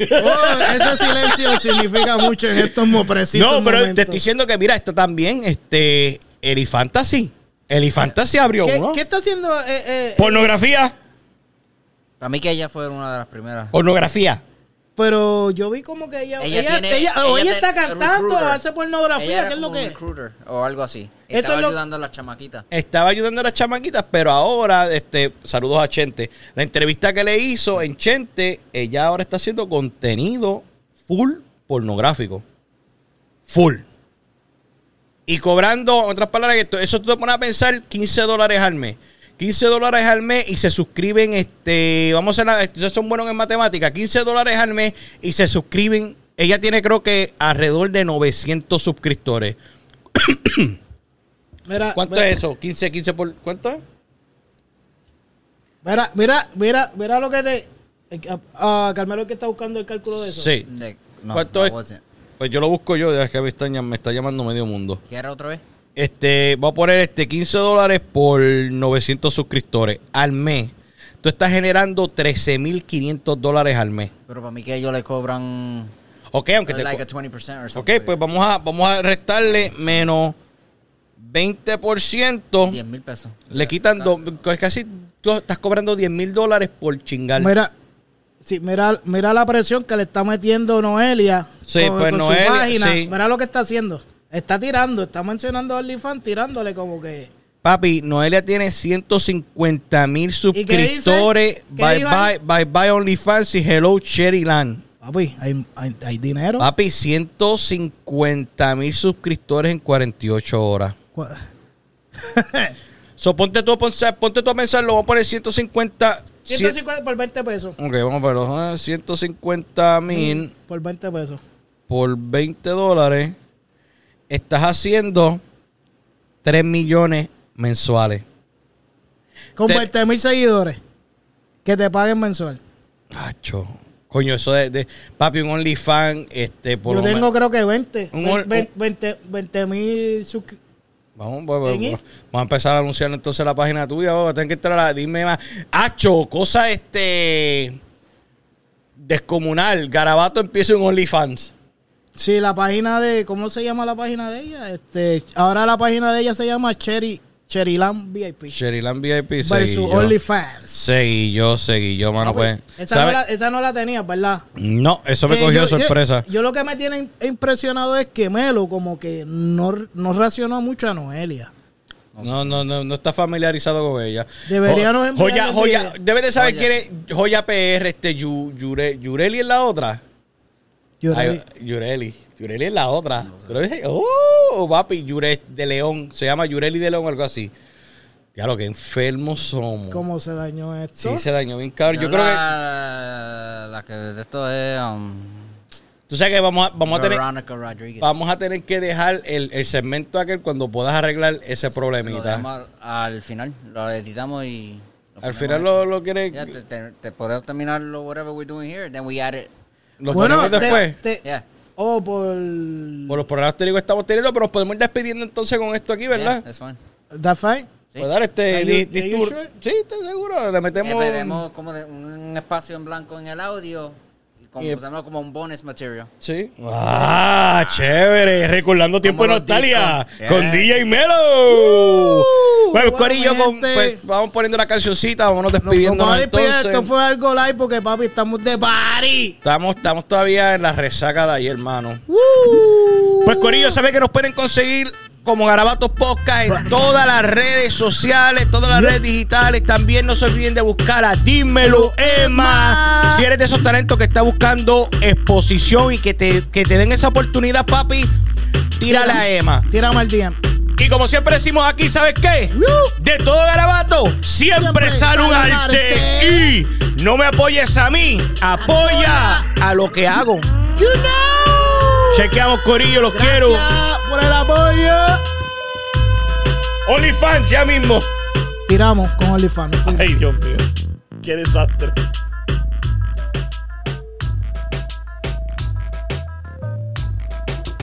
Speaker 4: Oh, ese silencio significa mucho en estos mo- precisos
Speaker 3: no, pero te
Speaker 4: momentos.
Speaker 3: estoy diciendo que mira, está también este Eli Fantasy. Eli Fantasy abrió
Speaker 4: ¿Qué,
Speaker 3: uno.
Speaker 4: qué está haciendo? eh, eh,
Speaker 3: Pornografía.
Speaker 5: Para mí que ella fue una de las primeras.
Speaker 3: Pornografía.
Speaker 4: Pero yo vi como que ella.
Speaker 5: Ella
Speaker 4: Ella,
Speaker 5: tiene-
Speaker 4: ella- o
Speaker 5: ella
Speaker 4: ella está
Speaker 5: tiene
Speaker 4: cantando,
Speaker 5: recruiter.
Speaker 4: hace
Speaker 5: Ella
Speaker 4: pornografía,
Speaker 5: era
Speaker 4: ¿qué es lo
Speaker 5: como
Speaker 4: que
Speaker 5: un recruiter o algo así.
Speaker 4: Eso
Speaker 5: Estaba
Speaker 4: es lo-
Speaker 5: ayudando a las chamaquitas.
Speaker 3: Estaba ayudando a las chamaquitas, pero ahora, este, saludos a Chente. La entrevista que le hizo en Chente, ella ahora está haciendo contenido full pornográfico. Full. Y cobrando, en otras palabras, que esto- eso tú te pones a pensar 15 dólares al mes. 15 dólares al mes y se suscriben, este, vamos a hacer, ustedes son buenos en matemáticas, 15 dólares al mes y se suscriben. Ella tiene creo que alrededor de 900 suscriptores.
Speaker 4: Mira,
Speaker 3: ¿Cuánto
Speaker 4: mira,
Speaker 3: es eso? 15, 15 por... ¿Cuánto es?
Speaker 4: Mira, mira, mira, mira lo que te. Ah, Carmelo, que está buscando el cálculo de eso.
Speaker 3: Sí.
Speaker 5: De- no,
Speaker 3: ¿Cuánto
Speaker 5: no
Speaker 3: es?
Speaker 5: wasn't.
Speaker 3: Pues yo lo busco yo, es que me está, llam- me está llamando medio mundo.
Speaker 5: ¿Qué era otra vez?
Speaker 3: Este, voy a poner este 15 dólares por 900 suscriptores al mes. Tú estás generando 13.500 dólares al mes.
Speaker 5: Pero para mí que ellos le cobran
Speaker 3: Ok, aunque te...
Speaker 5: like a
Speaker 3: co-
Speaker 5: 20% or
Speaker 3: Ok,
Speaker 5: something.
Speaker 3: pues vamos a, vamos a restarle menos 20%.
Speaker 5: 10 mil pesos.
Speaker 3: Le quitan dos- casi... Tú estás cobrando 10.000 dólares por chingar.
Speaker 4: Mira, sí, mira, mira la presión que le está metiendo Noelia.
Speaker 3: Sí, pues, Noelia, sí.
Speaker 4: Mira lo que está haciendo. Está tirando, está mencionando a OnlyFans, tirándole como que.
Speaker 3: Papi, Noelia tiene 150 mil
Speaker 4: ¿Y qué dice?
Speaker 3: suscriptores.
Speaker 4: ¿Qué
Speaker 3: Bye
Speaker 4: dijo
Speaker 3: bye,
Speaker 4: ahí?
Speaker 3: bye bye OnlyFans y hello Cherryland.
Speaker 4: Papi, hay, hay, hay dinero.
Speaker 3: Papi, 150 mil suscriptores en 48 horas.
Speaker 4: Cu-
Speaker 3: So, ponte, tú a pensar, ponte tú a pensarlo, vamos a poner 150...
Speaker 4: 150 por 20 pesos.
Speaker 3: cien- ok, vamos a ponerlo. 150 mil
Speaker 4: Por 20 pesos.
Speaker 3: por 20 dólares. Estás haciendo 3 millones mensuales.
Speaker 4: Con
Speaker 3: Te-
Speaker 4: 20 mil seguidores que te paguen mensual.
Speaker 3: Acho. Coño, eso de, de- Papi, un OnlyFans, este, por
Speaker 4: Yo
Speaker 3: lo
Speaker 4: tengo
Speaker 3: menos-
Speaker 4: creo que 20.
Speaker 3: Un ol-
Speaker 4: 20 mil suscriptores.
Speaker 3: Vamos, vamos, vamos.
Speaker 4: en este? Inst-
Speaker 3: Vamos a empezar a anunciar entonces la página tuya. Vamos, tengo que entrar a... Dime más. Acho, cosa este... Descomunal. Garabato empieza en OnlyFans.
Speaker 4: Sí, la página de. ¿Cómo se llama la página de ella? Este, ahora la página de ella se llama Cherry, Cherryland VIP.
Speaker 3: Sherilan VIP. Seguí
Speaker 4: versus
Speaker 3: yo.
Speaker 4: OnlyFans.
Speaker 3: Seguí yo, seguí yo, mano.
Speaker 4: Ah,
Speaker 3: pues,
Speaker 4: pues, esa, no
Speaker 3: ¿sabe?
Speaker 4: la, esa no la tenía, ¿verdad?
Speaker 3: No, eso me
Speaker 4: Eh,
Speaker 3: cogió
Speaker 4: yo- yo-
Speaker 3: sorpresa.
Speaker 4: Yo, lo que me tiene im- impresionado es que Melo, como que no, no reaccionó mucho a Noelia.
Speaker 3: No, no, no, no está familiarizado con ella.
Speaker 4: Deberíamos
Speaker 3: Jo- Joya,
Speaker 4: enviarle-
Speaker 3: Joya, debes de saber
Speaker 5: Joya.
Speaker 3: quién es Joya PR, este Yu- Yure- Yureli es la otra.
Speaker 4: Yo
Speaker 3: Ay,
Speaker 4: le vi-
Speaker 3: Yureli. Yureli es la otra. Tú lo ves ahí. Oh, papi, Yure de León. Se llama Yureli de León, algo así. Ya lo que enfermos somos.
Speaker 4: cómo se dañó esto.
Speaker 3: Sí, se dañó bien cabrón. Yo creo que.
Speaker 5: la, La que de esto es. um,
Speaker 3: Tú sabes que vamos a, vamos a tener.
Speaker 5: Veronica Rodriguez.
Speaker 3: Vamos a tener que dejar el, el segmento aquel cuando puedas arreglar ese
Speaker 5: Lo
Speaker 3: problemita.
Speaker 5: dejamos al final, lo editamos y. lo
Speaker 3: Al
Speaker 5: ponemos
Speaker 3: final
Speaker 5: ahí.
Speaker 3: lo, lo quieres.
Speaker 5: Yeah, te, te, te podemos terminarlo, whatever we're doing here, then we add it.
Speaker 3: Lo
Speaker 4: Bueno,
Speaker 3: ponemos
Speaker 4: te-
Speaker 3: después.
Speaker 4: te-
Speaker 5: Yeah.
Speaker 4: oh, por.
Speaker 3: Por los problemas técnicos que estamos teniendo, pero nos podemos ir despidiendo entonces con esto aquí, ¿verdad?
Speaker 5: Yeah, that's fine.
Speaker 4: That's fine.
Speaker 5: Sí.
Speaker 3: Pues dale, este.
Speaker 4: Are
Speaker 3: di-
Speaker 4: you-
Speaker 3: di
Speaker 4: are you
Speaker 3: tu-
Speaker 4: sure?
Speaker 3: Sí, estoy seguro. Le metemos.
Speaker 5: Eh, veremos como de- un espacio en blanco en el audio y como,
Speaker 3: Y-
Speaker 5: usamos como un bonus material.
Speaker 3: Sí. Ah, chévere. Recordando tiempo de
Speaker 5: Como los
Speaker 3: nostalgia
Speaker 5: discos.
Speaker 3: con
Speaker 4: Eh.
Speaker 5: Yeah.
Speaker 3: DJ Melo. bueno,
Speaker 4: Uh. bueno,
Speaker 3: Corillo,
Speaker 4: mi
Speaker 3: con-
Speaker 4: gente.
Speaker 3: pues, vamos poniendo la cancioncita, vámonos
Speaker 4: Nos vamos
Speaker 3: despidiéndonos
Speaker 4: a despedir.
Speaker 3: entonces.
Speaker 4: Esto fue algo live porque, papi, estamos de party.
Speaker 3: Estamos, estamos todavía en la resaca de ayer, hermano. Pues Corillo, sabe que nos pueden conseguir como Garabatos Podcast en todas las redes sociales, todas las redes digitales. También no se olviden de buscar a Dímelo Emma. Si eres de esos talentos que está buscando exposición y que te, que te den esa oportunidad, papi, tírala a Emma.
Speaker 4: Tírame al DM.
Speaker 3: Y como siempre decimos aquí, ¿sabes qué? De todo garabato, siempre,
Speaker 4: Siempre
Speaker 3: sale un
Speaker 4: sale un
Speaker 3: arte.
Speaker 4: arte.
Speaker 3: Y no me apoyes a mí, apoya a lo que hago.
Speaker 4: You know.
Speaker 3: Chequeamos, Corillo, los
Speaker 4: Gracias
Speaker 3: quiero.
Speaker 4: por el apoyo.
Speaker 3: OnlyFans ya mismo.
Speaker 4: Tiramos con OnlyFans. nos fuimos.
Speaker 3: Ay, Dios mío. Qué desastre.